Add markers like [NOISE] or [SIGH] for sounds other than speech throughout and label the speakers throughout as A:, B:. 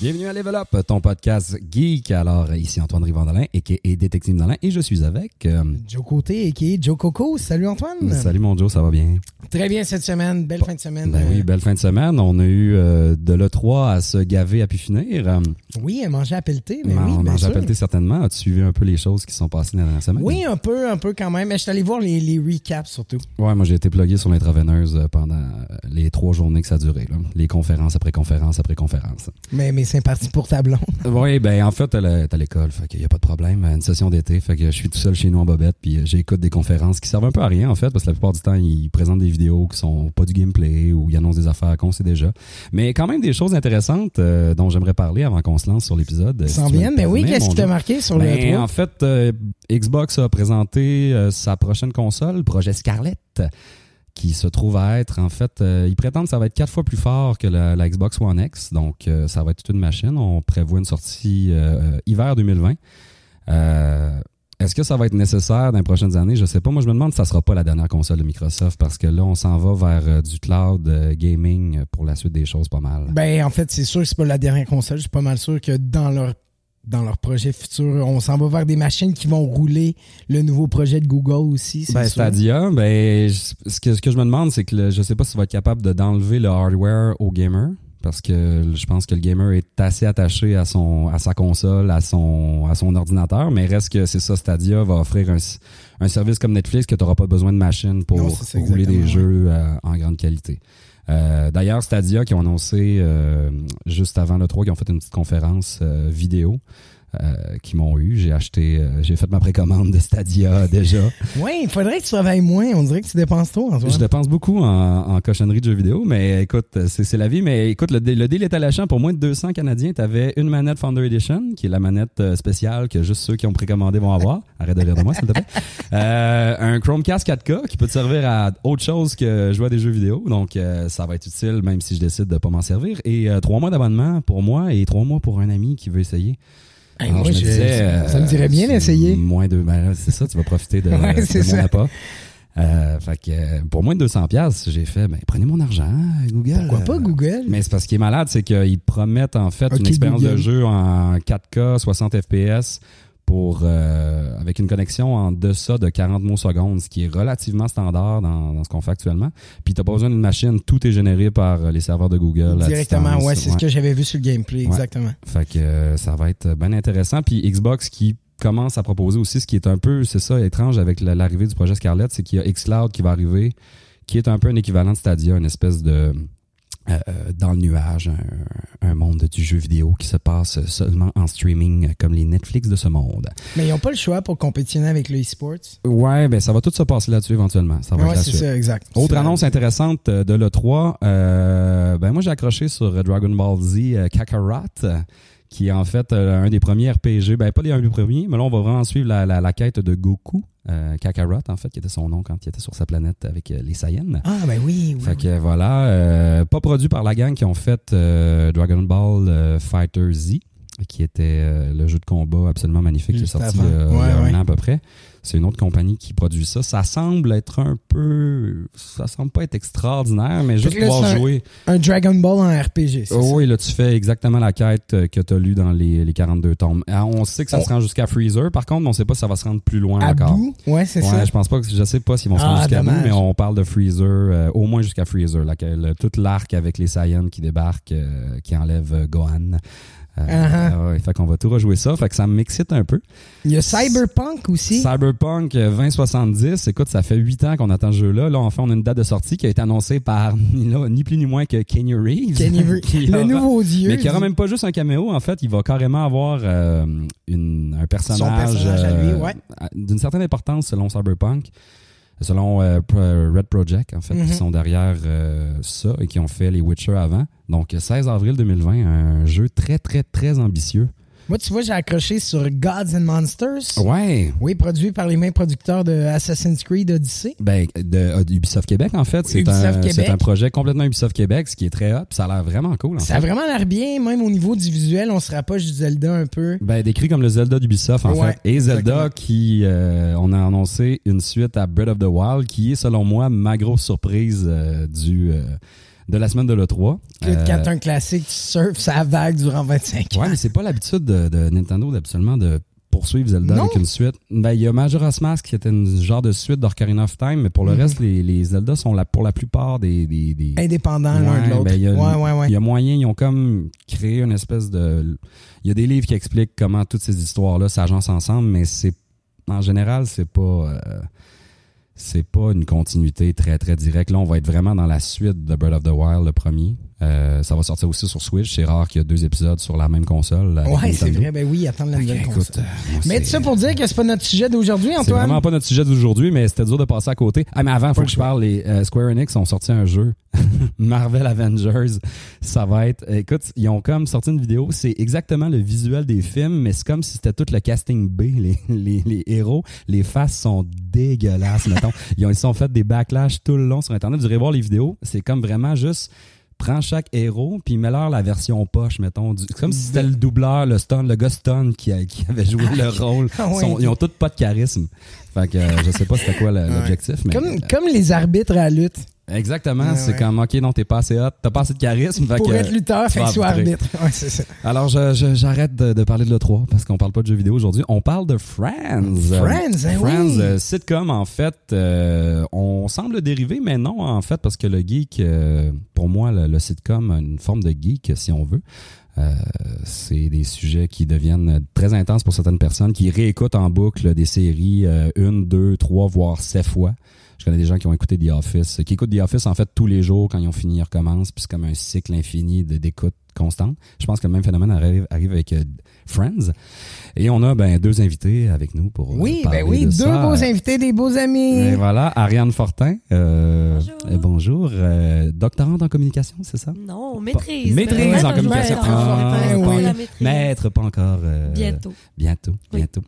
A: Level Up, ton podcast geek. Alors, ici Antoine Rivandolin, a.k.a. Détective Nolin, et je suis avec... euh,
B: Joe Côté, qui Joe Coco. Salut Antoine.
A: Salut mon Joe, ça va bien?
B: Très bien cette semaine. Belle fin de semaine.
A: Ben oui, belle fin de semaine. On a eu euh, de l'E3 à se gaver à pu finir. Euh,
B: Oui, manger à pelleter. Mais
A: on
B: Eh ben oui,
A: on
B: bien
A: en
B: sûr.
A: rappelle certainement. As-tu suivi un peu les choses qui sont passées dans la dernière semaine?
B: Oui, un peu, un peu quand même. Mais je suis allé voir les, les recaps surtout.
A: Ouais, moi j'ai été plugué sur l'intraveineuse euh, pendant euh, les trois journées que ça a duré. là. Les conférences après conférences après conférences.
B: Mais, mais c'est parti pour ta blonde.
A: Oui, ben en fait, t'as le- t'as l'école, fait qu'il n'y a pas de problème. Une session d'été, fait que je suis tout seul chez nous en bobette, puis euh, j'écoute des conférences qui servent un peu à rien, en fait, parce que la plupart du temps, ils présentent des vidéos qui sont pas du gameplay ou ils annoncent des affaires qu'on sait déjà. Mais quand même des choses intéressantes euh, dont j'aimerais parler avant qu'on se lance sur l'épisode. euh, Ben,
B: Ils
A: si
B: s'en
A: tu me le
B: viennent. Mais oui,
A: permets,
B: qu'est-ce
A: mon
B: qui t'a
A: Joe.
B: marqué sur
A: Ben,
B: le toit?
A: en fait, euh, Xbox a présenté euh, sa prochaine console, projet Scarlett, qui se trouve à être, en fait, euh, ils prétendent que ça va être quatre fois plus fort que la, la Xbox One X. Donc, euh, ça va être toute une machine. On prévoit une sortie euh, euh, hiver 2020. Euh, est-ce que ça va être nécessaire dans les prochaines années? Je sais pas. Moi, je me demande si ça sera pas la dernière console de Microsoft parce que là, on s'en va vers euh, du cloud euh, gaming pour la suite des choses pas mal.
B: Ben, en fait, c'est sûr que c'est pas la dernière console. Je suis pas mal sûr que dans leur dans leur projet futur, on s'en va vers des machines qui vont rouler le nouveau projet de Google aussi, c'est
A: Ben,
B: sûr.
A: Stadia, ben, je- ce, que, ce que je me demande, c'est que le- je sais pas si tu vas être capable de- d'enlever le hardware au gamer. Parce que je pense que le gamer est assez attaché à son à sa console, à son à son ordinateur, mais reste que c'est ça, Stadia va offrir un, s- un service comme Netflix que tu n'auras pas besoin de machine pour
B: Non, c'est ça,
A: rouler des
B: exactement, ouais.
A: jeux euh, en grande qualité. Euh, D'ailleurs, Stadia qui ont annoncé euh, juste avant le 3 qui ont fait une petite conférence euh, vidéo euh, qui m'ont eu. J'ai acheté, euh, j'ai fait ma précommande de Stadia [LAUGHS] déjà.
B: Ouais, il faudrait que tu travailles moins. On dirait que tu dépenses trop, Antoine.
A: Je dépense beaucoup en, en cochonnerie de jeux vidéo, mais écoute, c'est c'est la vie. Mais écoute, le, dé- le deal est alléchant. Pour moins de 200 Canadiens, t'avais une manette Founder Edition, qui est la manette euh, spéciale que juste ceux qui ont précommandé vont avoir. Arrête de rire de moi, s'il te plaît. Euh, un Chromecast 4K qui peut te servir à autre chose que jouer à des jeux vidéo. Donc, euh, ça va être utile, même si je décide de pas m'en servir. Et euh, trois mois d'abonnement pour moi et trois mois pour un ami qui veut essayer.
B: Hey,
A: Alors, je
B: moi,
A: me
B: je-
A: disais, euh,
B: ça me dirait bien
A: c'est
B: d'essayer.
A: Moins de, ben, c'est ça, tu vas profiter de,
B: [LAUGHS] Ouais,
A: de mon
B: c'est ça.
A: appât. Euh, fait que euh, pour moins de 200 pièces, j'ai fait ben prenez mon argent Google.
B: Pourquoi pas Google?
A: Mais c'est parce qu'il est malade, c'est qu'ils promettent en fait
B: Ok,
A: une expérience de
B: Google.
A: jeu en 4K 60 FPS pour euh, avec une connexion en deçà de 40 mots secondes, ce qui est relativement standard dans, dans ce qu'on fait actuellement. Puis t'as pas besoin d'une machine, tout est généré par euh, les serveurs de Google à
B: Directement,
A: distance.
B: ouais, c'est ce que j'avais vu sur le gameplay, exactement.
A: Fait que euh, ça va être bien intéressant. Puis Xbox qui commence à proposer aussi ce qui est un peu, c'est ça, étrange avec la- l'arrivée du projet Scarlett, c'est qu'il y a xCloud qui va arriver, qui est un peu un équivalent de Stadia, une espèce de euh, euh, dans le nuage, un, un monde du jeu vidéo qui se passe seulement en streaming, comme les Netflix de ce monde.
B: Mais ils n'ont pas le choix pour compétitionner avec le e-sports.
A: Ouais, ben ça va tout se passer là-dessus éventuellement. Ah, Ça va être
B: Ouais,
A: la
B: c'est
A: suite.
B: ça, exact.
A: Autre
B: C'est-
A: annonce intéressante euh, de l'E3, euh, ben moi j'ai accroché sur euh, Dragon Ball Z euh, Kakarot, euh, qui est en fait euh, un des premiers RPG, ben pas les un des premiers, mais là on va vraiment suivre la, la- la quête de Goku, euh, Kakarot en fait, qui était son nom quand il était sur sa planète avec euh, les Saiyans.
B: Ah, ben oui, oui.
A: Fait que euh, voilà, euh, pas produit par la gang qui ont fait euh, Dragon Ball euh, Fighter Z, qui était euh, le jeu de combat absolument magnifique qui est
B: Juste
A: sorti
B: avant.
A: euh, il y a
B: Ouais, ouais.
A: un an à peu près. C'est une autre compagnie qui produit ça. Ça semble être un peu, ça semble pas être extraordinaire, mais juste
B: que là,
A: pouvoir
B: c'est un-
A: jouer.
B: Un Dragon Ball en RPG, c'est
A: Oh oui, là tu fais exactement la quête euh, que tu as lue dans les, les 42 tomes. Ah, On sait que ça
B: On-
A: se rend jusqu'à Freezer, par contre, mais on sait pas si ça va se rendre plus loin
B: ça? À
A: encore.
B: bout? Ouais, c'est
A: Ouais,
B: ça.
A: je pense pas que je sais pas s'ils vont se rendre
B: Ah,
A: jusqu'à bout,
B: dommage.
A: mais on parle de Freezer, euh, au moins jusqu'à Freezer, là, que le- tout l'arc avec les Saiyans qui débarquent, euh, qui enlèvent euh, Gohan. Euh,
B: Uh-huh.
A: ouais, fait qu'on va tout rejouer ça, fait que ça m'excite un peu.
B: Il y a Cyberpunk aussi.
A: Cyberpunk euh, 2070, écoute, ça fait 8 ans qu'on attend ce jeu-là. Là, enfin, on a une date de sortie qui a été annoncée par [LAUGHS] ni, là, ni plus ni moins que Kenny Reeves.
B: Kenny Reeves.
A: [LAUGHS] Qui
B: le
A: aura-
B: nouveau dieu.
A: mais qui aura
B: du-
A: même pas juste un caméo, en fait, il va carrément avoir euh, une, un personnage, euh,
B: personnage à lui, ouais.
A: à- d'une certaine importance selon Cyberpunk, selon euh, Pro- Red Project, en fait,
B: Mhm.
A: qui sont derrière euh, ça et qui ont fait les Witcher avant. Donc, 16 avril 2020, un jeu très, très, très ambitieux.
B: Moi, tu vois, j'ai accroché sur Gods and Monsters.
A: Ouais!
B: Oui, produit par les mêmes producteurs de Assassin's Creed Odyssey.
A: Ben, de, euh, d'Ubisoft Québec, en fait. C'est
B: Ubisoft
A: un,
B: Québec.
A: c'est un projet complètement Ubisoft Québec, ce qui est très hot. puis Ça a l'air vraiment cool, en
B: Ça a
A: fait.
B: vraiment l'air bien, même au niveau du visuel, on se rapproche du Zelda un peu.
A: Ben, décrit comme le Zelda d'Ubisoft, en
B: Ouais,
A: fait. Et Zelda
B: exactement.
A: qui, euh, on a annoncé une suite à Breath of the Wild, qui est, selon moi, ma grosse surprise euh, du, euh, de la semaine de l'E3.
B: Quand t'as un classique, tu surfes sa vague durant 25 ans.
A: Euh. Ouais, mais c'est pas l'habitude de, de Nintendo d'absolument de poursuivre Zelda
B: Non.
A: avec une suite. Ben, il y a Majora's Mask qui était une genre de suite d'Ocarina of Time, mais pour le
B: Mhm.
A: reste, les, les Zelda sont la, pour la plupart des... des, des-
B: Indépendant l'un
A: Ouais,
B: de l'autre.
A: ben, il y a-
B: ouais, ouais, ouais.
A: Il y a moyen, ils ont comme créé une espèce de... Il y a des livres qui expliquent comment toutes ces histoires-là s'agencent ensemble, mais c'est en général, c'est pas... euh, c'est pas une continuité très, très directe. Là, on va être vraiment dans la suite de Breath of the Wild, le premier. Euh, ça va sortir aussi sur Switch. C'est rare qu'il y a deux épisodes sur la même console. avec
B: Ouais, c'est
A: Nintendo.
B: vrai. Ben oui, attendre la
A: Fait que,
B: nouvelle
A: écoute,
B: console.
A: euh, moi,
B: Mais
A: c'est-
B: tout ça pour dire que c'est pas notre sujet d'aujourd'hui,
A: c'est
B: Antoine.
A: vraiment pas notre sujet d'aujourd'hui, mais c'était dur de passer à côté. Ah, mais avant, il faut
B: le
A: que je
B: choix.
A: parle. Les euh, Square Enix ont sorti un jeu, [LAUGHS] Marvel Avengers. Ça va être. euh, Écoute, ils ont comme sorti une vidéo. C'est exactement le visuel des films, mais c'est comme si c'était tout le casting B, [LAUGHS] les, les, les héros. Les faces sont dégueulasses, mettons. Ils, ont, ils se sont fait des backlash tout le long sur Internet. Vous irez voir les vidéos. C'est comme vraiment juste. Prends chaque héros, puis mets-leur la version poche, mettons. du- Comme si c'était le doubleur, le stun, le gars stun qui, a- qui avait joué le rôle.
B: Ah oui.
A: Son- ils ont tous pas de charisme. Fait que euh, je sais pas c'était quoi le- l'objectif, mais. euh,
B: Comme, comme les arbitres à la lutte.
A: Exactement,
B: Ouais,
A: c'est
B: ouais.
A: comme, ok, non, t'es pas assez hot, t'as pas assez de charisme. Fait
B: Pour
A: que-
B: être lutteur,
A: tu
B: fait
A: vas
B: que soit
A: arbitrer.
B: arbitre. Ouais, c'est ça.
A: Alors, je- je- j'arrête de, de parler de l'E3 parce qu'on parle pas de jeux vidéo aujourd'hui. On parle de Friends.
B: Friends, hein,
A: Friends,
B: oui.
A: euh, sitcom, en fait, euh, on semble dériver, mais non, en fait, parce que le geek, euh, pour moi, le, le sitcom a une forme de geek, si on veut. Euh, c'est des sujets qui deviennent très intenses pour certaines personnes qui réécoutent en boucle des séries euh, une, deux, trois, voire sept fois. Je connais des gens qui ont écouté The Office, qui écoutent The Office en fait tous les jours quand ils ont fini, ils recommencent, puis c'est comme un cycle infini de- d'écoute constante. Je pense que le même phénomène arrive, arrive avec euh, Friends. Et on a ben, deux invités avec nous pour euh,
B: Oui,
A: parler
B: ben oui,
A: de
B: deux
A: ça.
B: beaux invités, des beaux amis.
A: Et
B: [LAUGHS]
A: voilà, Ariane Fortin. euh,
C: Bonjour.
A: euh, bonjour. euh, doctorante en communication, c'est ça?
C: Non, maîtrise.
A: maîtrise
C: Maître,
A: en communication.
C: maître, maître,
B: Ah,
C: maître,
B: oui.
C: la maîtrise.
A: Maître, pas encore. euh,
C: Bientôt.
A: Bientôt,
C: Oui.
A: bientôt.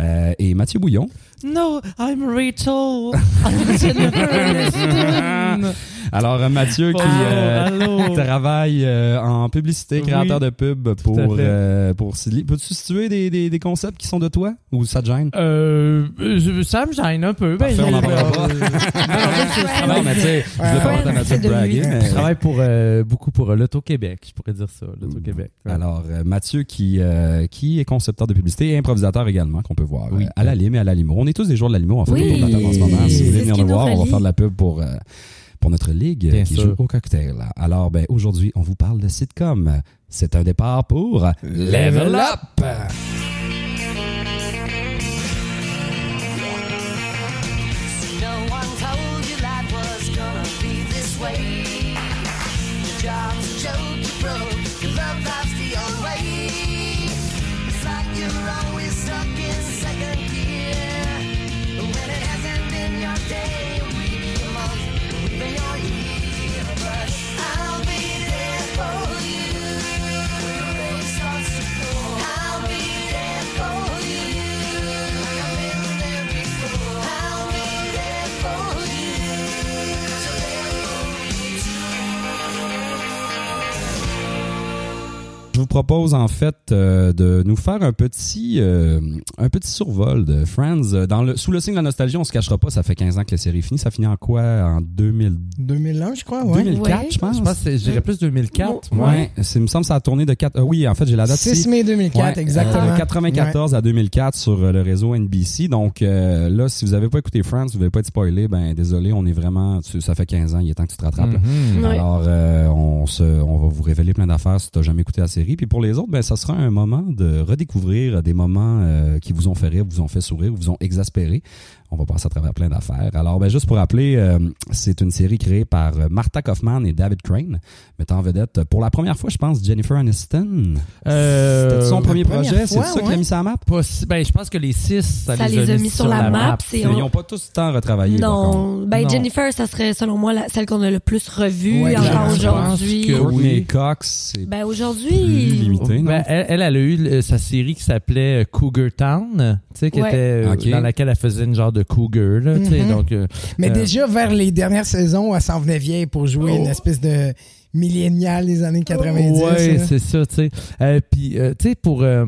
A: Euh, et Mathieu
D: [LAUGHS]
A: Bouillon.
D: No, I'm [LAUGHS] Rachel. I'm Jennifer Aniston.
A: Alors, euh, Mathieu qui euh,
D: Allô, Oh,
C: [LAUGHS]
D: allô.
A: travaille euh, en publicité,
D: Oui,
A: créateur de pub pour,
D: à fait.
A: euh, pour Silly. Peux-tu situer des, des, des concepts qui sont de toi ou ça te gêne?
D: Euh, je- ça me gêne un peu. Ben,
A: Parfait, on en parlera pas.
C: Ah
A: non, mais tu sais, je
B: Ouais,
A: veux pas
C: ouais,
A: entendre Mathieu
C: c'est de
A: braguer,
C: lui.
A: mais-
D: Je travaille pour, euh, beaucoup pour euh, l'Auto-Québec, je pourrais dire ça, l'Auto-Québec. Ouais.
A: Alors, euh, Mathieu, qui, euh, qui est concepteur de publicité et improvisateur également, qu'on peut voir
D: Oui.
A: euh, à la lime et à la limo. On est tous des joueurs de la limo, en fait,
C: Oui.
A: autour de la table en ce moment. Si
C: C'est
A: vous voulez
C: ce
A: venir
C: qui
A: nous
C: nous
A: voir, on va
C: relie.
A: faire de la pub pour, euh, pour notre ligue
D: Bien
A: qui
D: sûr.
A: joue au cocktail. Alors, ben, aujourd'hui, on vous parle de sitcom. C'est un départ pour Level Up!
E: No one told you life was gonna be this way. Your job's a joke, you broke, your love life's the old way. It's like you're always stuck in second gear. When it hasn't been your day, we've been your month, we've been your year. But I'll be there for you. When your day starts to fall, I'll be there for you. Like I've been there before. I'll be there for you. So there for me
A: Je vous propose en fait euh, de nous faire un petit euh, un petit survol de Friends Euh, dans le sous le signe de la nostalgie, on se cachera pas, ça fait 15 ans que la série est finie, ça finit en quoi en 2000
B: 2001, je crois, ouais.
A: 2004
C: Ouais.
A: je pense.
D: Ah Je pense que c'est- je dirais plus 2004.
A: ouais, c'est il me semble que ça a tourné de 4 oui, en fait, j'ai la date
B: 6
A: ici.
B: mai 2004,
A: Ouais,
B: exactement.
A: euh, de 94 à 2004 sur euh, le réseau NBC. Donc euh, là, si vous avez pas écouté Friends, vous voulez pas être spoilé, ben désolé, on est vraiment tu- ça fait 15 ans, il est temps que tu te rattrapes. là.
D: Mhm.
C: Ouais.
A: Alors, euh, on, se, on va vous révéler plein d'affaires si tu n'as jamais écouté la série. Puis pour les autres, ben, ça sera un moment de redécouvrir des moments euh, qui vous ont fait rire, vous ont fait sourire, vous ont exaspéré. On va passer à travers plein d'affaires. Alors, ben, juste pour rappeler, euh, c'est une série créée par euh, Martha Kaufman et David Crane, mettant en vedette euh, pour la première fois, je pense, Jennifer Aniston.
D: Euh,
A: C'était son premier
B: la première
A: projet, c'est
B: fois,
A: ça qui l'a
B: ouais.
A: mis sur la map?
D: Pas si- ben, je pense que les six, ça,
C: Ça les a mis sur la map, c'est-
A: Ils n'ont pas tous le temps retravaillé. par contre.
C: Non. Ben,
D: Non.
C: Jennifer, ça serait, selon moi, la- celle qu'on a le plus revue
B: Ouais,
C: encore
B: je pense
C: aujourd'hui.
D: que-
A: Courtney
D: Oui.
A: Cox, c'est
C: Ben,
A: plus
C: aujourd'hui.
A: limité, non?
D: Ben, elle, elle, elle a eu euh, sa série qui s'appelait euh, Cougar Town, tu sais, qui
C: Ouais. Mm-hmm.
D: était euh,
A: Ok.
D: dans laquelle elle faisait une genre de cougar, là, tu sais,
B: Mhm.
D: donc euh,
B: Mais
D: Euh,
B: déjà, vers les dernières saisons, elle s'en venait vieille pour jouer
D: Oh.
B: une espèce de millénial des années 90.
D: Ouais,
B: là.
D: c'est ça, tu sais. Euh, Puis, euh, tu sais, pour. euh,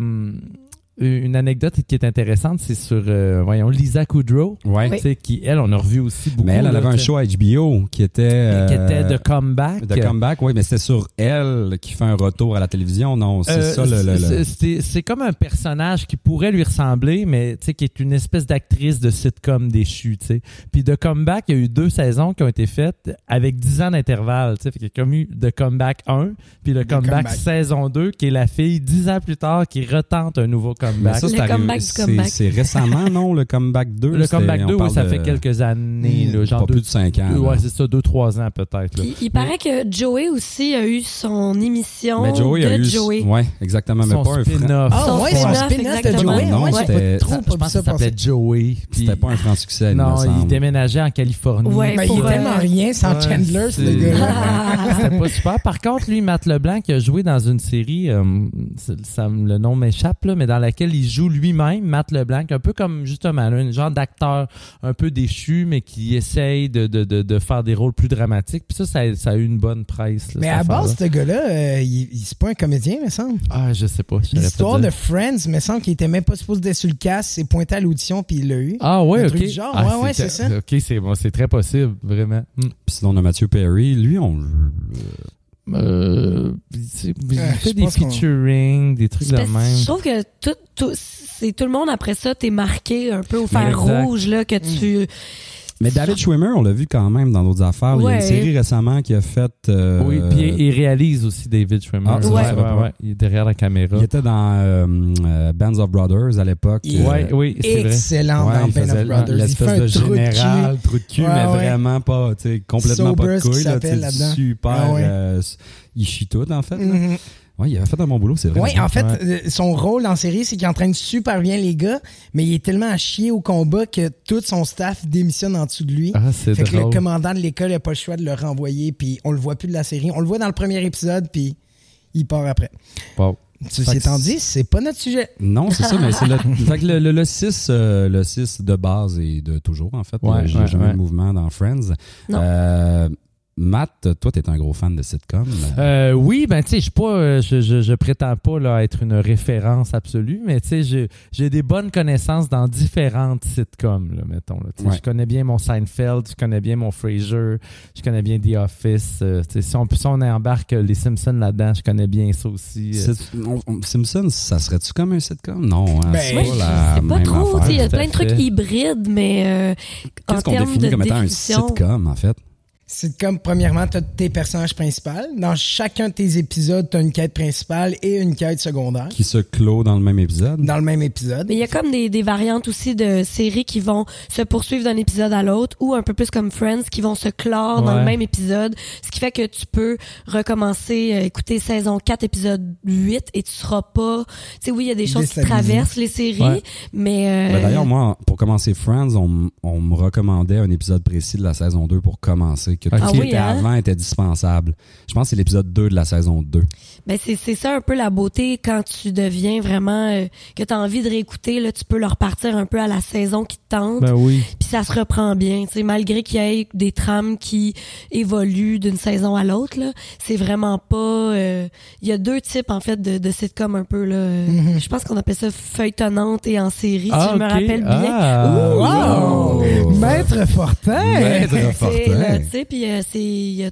D: une anecdote qui est intéressante, c'est sur, euh, voyons, Lisa Kudrow,
A: Ouais.
D: tu sais, qui, elle, on a revu aussi beaucoup.
A: Mais elle, elle
D: là,
A: avait un
D: tu sais,
A: show à HBO qui était.
D: Qui
A: euh,
D: était de comeback.
A: de comeback, oui, mais c'est sur elle qui fait un retour à la télévision, non? C'est
D: Euh,
A: ça le. le- le-
D: c'est- c'est- C'est comme un personnage qui pourrait lui ressembler, mais tu sais, qui est une espèce d'actrice de sitcom déchue. tu sais. Puis de comeback, il y a eu deux saisons qui ont été faites avec 10 ans d'intervalle. tu sais. Fait qu'il y a comme eu de comeback 1, puis le comeback,
B: comeback.
D: saison 2, qui est la fille 10 ans plus tard qui retente un nouveau
A: Mais
D: comeback.
A: ça,
C: Le
A: c'est arrivé-
C: comeback du
A: c'est-
C: comeback.
A: C'est récemment, non? Le comeback 2.
D: le
A: c'était-
D: comeback
A: on
D: 2, oui,
A: parle
D: ça
A: de-
D: fait quelques années,
B: Hmm,
D: là, genre
A: Pas
D: deux,
A: plus de 5 ans. là.
D: ouais, c'est ça, 2-3 ans peut-être. là.
C: Puis, il paraît que Joey aussi a eu son émission
A: mais Ben, Joey
C: de
A: a eu.
C: Joey.
A: Ouais, exactement, mais
D: Son
A: pas un frère.
D: spin-off.
B: Ah
C: Son
B: ouais, c'est
C: spin-off,
B: un spin-off de
C: exactement.
B: Joey.
A: Non,
B: Moi, j'ai
A: c'était-
B: pas trop
D: je
B: pas
D: pense
B: ça
D: que ça
B: penser.
D: s'appelait Joey. puis-
A: C'était pas un franc succès, il me
D: Non, il
A: semble.
D: déménageait en Californie. Ben,
C: Ouais,
B: Mais il est
C: pour,
B: tellement
C: euh,
B: rien sans
D: Ouais,
B: Chandler, ce
D: c'est-
B: gars-là.
C: Ah!
D: C'était pas super. Par contre, lui, Matt LeBlanc, qui a joué dans une série, euh, c'est- ça, me- le nom m'échappe, là, mais dans laquelle il joue lui-même, Matt LeBlanc, un peu comme justement là, une genre d'acteur un peu déchu, mais qui essaye de, de, de, de faire des rôles plus dramatiques. Puis ça, ça, a- ça a eu une bonne presse. là,
B: Mais
D: cette
B: à
D: affaire-là.
B: base, ce gars-là, euh, il, il- c'est pas un comédien, me semble.
D: Ah, je sais pas. je saurais pas
B: L'histoire
D: dire.
B: de Friends, me semble qu'il était même pas supposé d'être sur le cast, c'est pointé à l'audition, puis il l'a eu.
D: Ah ouais,
B: Un
D: ok.
B: truc du genre.
D: Ah,
B: Ouais, ouais, c'est ça.
D: Ok, c'est bon, c'est très possible, vraiment. Hmm.
A: Puis sinon, on a Matthew Perry. Lui, on.
D: Euh, c'est- il
B: Ah,
D: fait
B: je
D: des
B: pense qu'on-
D: featuring, des trucs
C: C'est
D: de
C: parce-
D: même.
C: Je trouve que tout, tout- c'est tout le monde après ça, t'es marqué un peu au fer
D: Exact.
C: rouge là, que tu.
A: Mais David Schwimmer, on l'a vu quand même dans d'autres affaires. Il y a
C: Ouais.
A: une série récemment qui a fait. euh,
D: Oui, puis il- il réalise aussi David Schwimmer.
A: Ah,
C: ça, je
D: ouais,
A: savais
D: ouais,
A: pas.
D: ouais. Il est derrière la caméra.
A: Il était dans euh, euh, Bands of Brothers à l'époque.
B: Il-
A: Euh,
D: Ouais, oui, c'est vrai.
B: Excellent
A: ouais,
B: dans
A: il
B: Band
A: faisait
B: of Brothers. Il fait
A: l'espèce
B: un
A: de
B: truc
A: général, trou de cul,
B: Ouais,
A: mais
B: ouais.
A: vraiment pas, tu sais, complètement pas
B: Sober,
A: de
B: ce qu'il
A: couille. là, tu sais,
B: s'appelle là-dedans.
A: super.
B: Ah ouais.
A: euh, s- il chie tout, en fait. là. Ouais, il avait fait un bon boulot, c'est vrai.
B: Oui, Mhm. en fait,
D: Ouais.
B: euh, son rôle en série, c'est qu'il entraîne super bien les gars, mais il est tellement à chier au combat que tout son staff démissionne en dessous de lui.
D: Ah, c'est
B: fait que le
D: drôle.
B: commandant de l'école n'a pas le choix de le renvoyer, puis on le voit plus de la série. On le voit dans le premier épisode, puis il part après.
D: Wow.
B: Tu
A: Fait que
B: étant dit, c'est pas notre sujet.
A: Non, c'est ça, mais c'est le, fait que le, le, 6, le 6 de base et de toujours, en fait.
D: Ouais,
A: Euh, J'ai
D: ouais,
A: jamais eu
D: ouais.
A: de mouvement dans Friends.
C: Non.
A: Euh, Matt, toi, t'es un gros fan de sitcom.
D: Euh, oui, ben tu sais, je suis pas, euh, je, je, je prétends pas là, être une référence absolue, mais tu sais, j'ai- j'ai des bonnes connaissances dans différentes sitcoms, là, mettons. Là, Tu sais,
A: Ouais.
D: Je connais bien mon Seinfeld, je connais bien mon Frasier, je connais bien The Office. euh, tu sais, si, on, si on embarque euh, les Simpsons là-dedans, je connais bien ça aussi. euh.
A: C'est- on- on- Simpson, ça serait-tu comme un sitcom? Non, hein,
B: Ben,
A: c'est
C: Moi,
A: pas
C: je-
A: la
C: c'est pas
A: même
C: trop. tu sais, Il y a
A: affaire.
D: tout
C: plein de
D: à fait.
C: trucs hybrides, mais euh, en
A: Qu'est-ce qu'on
C: termes
A: définit
C: de
A: comme étant un
C: définition,
A: sitcom, en fait?
B: C'est comme, premièrement, t'as tes personnages principaux. Dans chacun de tes épisodes, t'as une quête principale et une quête secondaire.
A: Qui se clôt dans le même épisode?
B: Dans le même épisode.
C: Mais il y a comme des, des variantes aussi de séries qui vont se poursuivre d'un épisode à l'autre ou un peu plus comme Friends qui vont se clore dans
D: Ouais.
C: le même épisode, ce qui fait que tu peux recommencer, euh, écouter saison 4, épisode 8 et tu seras pas... Tu sais, oui, il y a des choses qui
B: Déstabilisé.
C: traversent les séries,
D: Ouais.
C: mais... euh,
A: Ben, D'ailleurs, moi, pour commencer Friends, on, m- on me recommandait un épisode précis de la saison 2 pour commencer, que tout
D: Ah
A: ce qui
C: oui,
A: était
C: hein?
A: avant était dispensable. Je pense que c'est l'épisode 2 de la saison 2.
C: Ben c'est c'est ça un peu la beauté quand tu deviens vraiment euh, que tu as envie de réécouter là, tu peux leur partir un peu à la saison qui te tente.
D: Ben oui.
C: Puis ça se reprend bien, tu sais malgré qu'il y ait des trames qui évoluent d'une saison à l'autre là, c'est vraiment pas euh, il y a deux types en fait de de sitcom un peu là. euh, Je pense qu'on appelle ça feuilletonnante et en série, si je me
D: Ah, ok.
C: rappelle bien.
D: Ah.
B: Wow!
A: Oh.
B: Maître Fortin!
A: Maître
C: C'est, là,
B: hein?
A: Fortin.
C: Tu sais puis euh, c'est il y a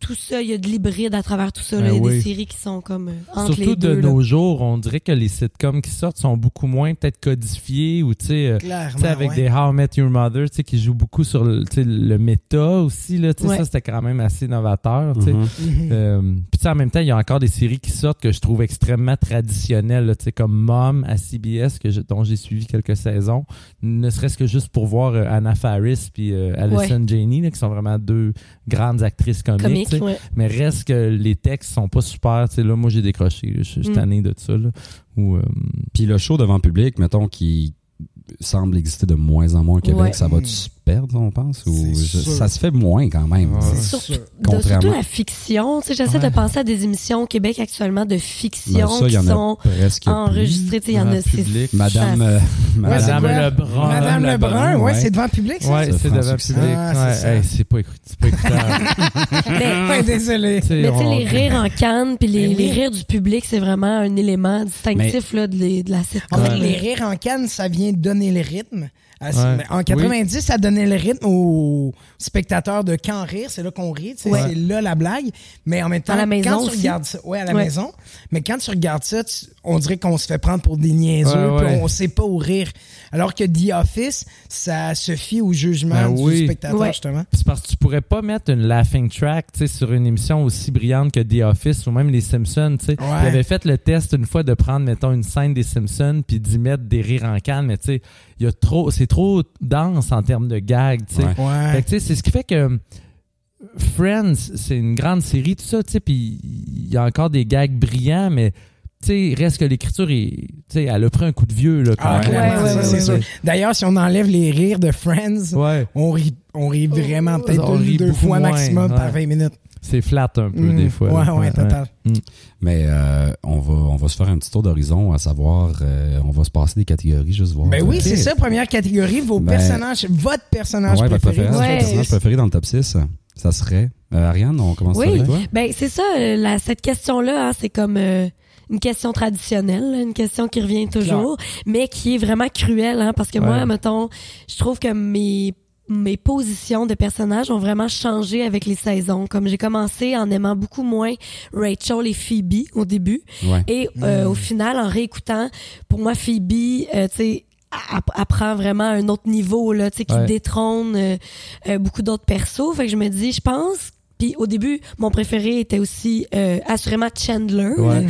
C: tout ça, il y a de l'hybride à travers tout ça,
D: Ben
C: là, il y a
D: oui.
C: des séries qui sont comme euh, entre
D: Surtout
C: les deux.
D: de
C: là.
D: nos jours, on dirait que les sitcoms qui sortent sont beaucoup moins peut-être codifiés ou tu sais, euh, tu
B: Clairement.
D: sais, avec
B: ouais.
D: des How I Met Your Mother, tu sais, qui jouent beaucoup sur le, tu sais, le méta aussi, là, tu sais,
C: Ouais.
D: ça c'était quand même assez novateur. tu sais.
A: Mhm.
B: Mhm.
D: Euh, puis tu sais, en même temps, il y a encore des séries qui sortent que je trouve extrêmement traditionnelles, là, tu sais, comme Mom à CBS, que je- dont j'ai suivi quelques saisons, ne serait-ce que juste pour voir euh, Anna Faris puis euh, Allison Janney, là, qui sont vraiment deux grandes actrices comiques.
C: comique,
D: tu sais.
C: ouais.
D: Mais reste que les textes sont pas super. Tu sais, là, moi, j'ai décroché. là. Je je suis
C: Mm.
D: tanné de ça. Là. Ou, euh,
A: Puis le show devant public, mettons, qui semble exister de moins en moins au Québec,
C: Ouais.
A: ça va
B: Mm.
A: perdre, on pense? Ou
B: C'est
A: je-
B: sûr.
A: ça se fait moins quand même.
D: Ouais.
B: C'est
C: Surtout-
B: sûr.
C: De- surtout
A: Contrairement-
C: la fiction. Tu sais, J'essaie
D: Ouais.
C: de penser à des émissions au Québec actuellement de fiction
A: Ben, ça, il
C: qui
A: y en a
C: sont
A: presque plus.
C: enregistrées. Tu sais, Il y en
D: Grand
C: a c'est-
D: public.
A: Madame, euh,
B: Ouais, c'est
A: Madame,
B: quoi?
D: Madame Lebrun.
B: Madame Lebrun, ouais,
A: ouais.
B: c'est devant le public, ça?
D: Ouais,
A: ça,
D: c'est
A: France
D: devant le
A: Succès.
D: public.
B: Ah, c'est ça.
D: ouais, hey, c'est pas écout- c'est pas écoutable.
B: [LAUGHS] [LAUGHS]
C: Mais-
B: Ouais, désolé.
D: Tu sais,
C: Mais tu sais,
D: on-
C: les rires en canne puis les,
B: Mais Ben oui.
C: les rires du public, c'est vraiment un élément distinctif là, de, les- de la sitcom.
B: En fait,
D: Ouais.
B: les rires en canne, ça vient donner le rythme. À-
D: Ouais.
B: En 90, ça donnait le rythme aux spectateurs de quand rire, c'est là qu'on rit, tu sais,
D: Ouais.
B: c'est là la blague. Mais en même temps,
C: À la maison
B: quand tu
C: aussi.
B: regardes ça, ouais, à la
C: Ouais.
B: maison, mais quand tu regardes ça, tu- on dirait qu'on se fait prendre pour des niaiseux,
D: Ouais, ouais.
B: puis on sait pas où rire. Alors que The Office, ça se fie au jugement
D: Ben
B: du
D: oui.
B: spectateur,
C: Ouais.
B: justement.
D: C'est parce que tu pourrais pas mettre une laughing track tu sais, sur une émission aussi brillante que The Office ou même Les Simpsons. tu sais.
B: Ouais.
D: Ils avaient fait le test une fois de prendre, mettons, une scène des Simpsons puis d'y mettre des rires en canne, mais tu sais, il y a trop, c'est trop dense en termes de gags. tu sais.
A: Ouais.
D: Fait
B: Ouais.
D: que, tu sais, c'est ce qui fait que Friends, c'est une grande série, tout ça, tu sais, puis il y a encore des gags brillants, mais tu sais, reste que l'écriture, est- tu sais, elle a pris un coup de vieux, là, quand
B: Ah,
D: même.
B: clairement,
C: ouais,
B: ça,
C: ouais,
B: c'est sûr.
C: ouais,
B: D'ailleurs, si on enlève les rires de Friends,
D: Ouais,
B: on rit, on rit
C: Oh.
B: vraiment peut-être
D: on
B: deux,
D: rit
B: deux
D: beaucoup
B: fois
D: moins,
B: maximum par
D: ouais.
B: 20 minutes.
D: c'est flat un peu,
B: Mm.
D: des fois.
B: Ouais,
D: là.
B: ouais, total.
A: Mais euh, on, va, on va se faire un petit tour d'horizon, à savoir, euh, on va se passer des catégories, juste voir.
B: Ben oui,
A: Ok.
B: c'est ça, première catégorie, vos
A: Ben,
B: personnages, votre personnage
A: Ouais, votre
B: préféré.
A: préféré,
C: Ouais.
A: votre personnage préféré dans le top 6, ça serait. Euh, Ariane, on commence
C: Oui.
A: avec toi.
C: Ben, c'est ça, euh, la, cette question-là, hein, c'est comme euh, une question traditionnelle, là, une question qui revient toujours, mais qui est vraiment cruelle, hein, parce que
D: Ouais.
C: moi, mettons, je trouve que mes mes positions de personnages ont vraiment changé avec les saisons. Comme j'ai commencé en aimant beaucoup moins Rachel et Phoebe au début,
A: Ouais.
C: Et euh, au final, en réécoutant, pour moi, Phoebe, euh, tu sais, app- apprend vraiment un autre niveau là, tu sais, qui
D: Ouais.
C: détrône euh, euh, beaucoup d'autres persos. Fait que je me dis, je pense. Puis au début, mon préféré était aussi euh, assurément Chandler.
D: Ouais.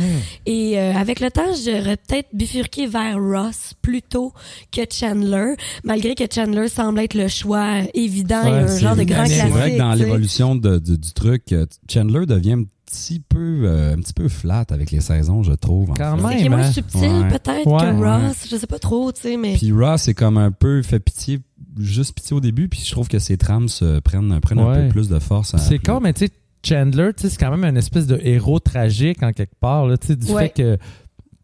C: Et euh, avec le temps, j'aurais peut-être bifurqué vers Ross plutôt que Chandler, malgré que Chandler semble être le choix évident
D: Ouais,
C: et un
D: c'est
C: genre de
D: évident.
C: grand
B: C'est
C: classique.
A: C'est vrai que dans
C: tu sais.
A: l'évolution de- du, du truc, euh, Chandler devient un petit peu, euh, un petit peu flat avec les saisons, je trouve. en
D: Quand
A: fait.
D: même.
C: Qui est moins
D: hein.
C: subtil
A: Ouais.
C: peut-être
D: Ouais,
C: que
A: ouais.
C: Ross, je sais pas trop, tu sais, mais...
A: Puis Ross est comme un peu fait pitié, juste pitié au début, puis je trouve que ses trames se prennent, prennent un
D: Ouais.
A: peu plus de force. hein. à-
D: C'est con, mais tu sais, Chandler, tu sais, c'est quand même un espèce de héros tragique en quelque part, là, tu sais, du
C: Ouais.
D: fait que,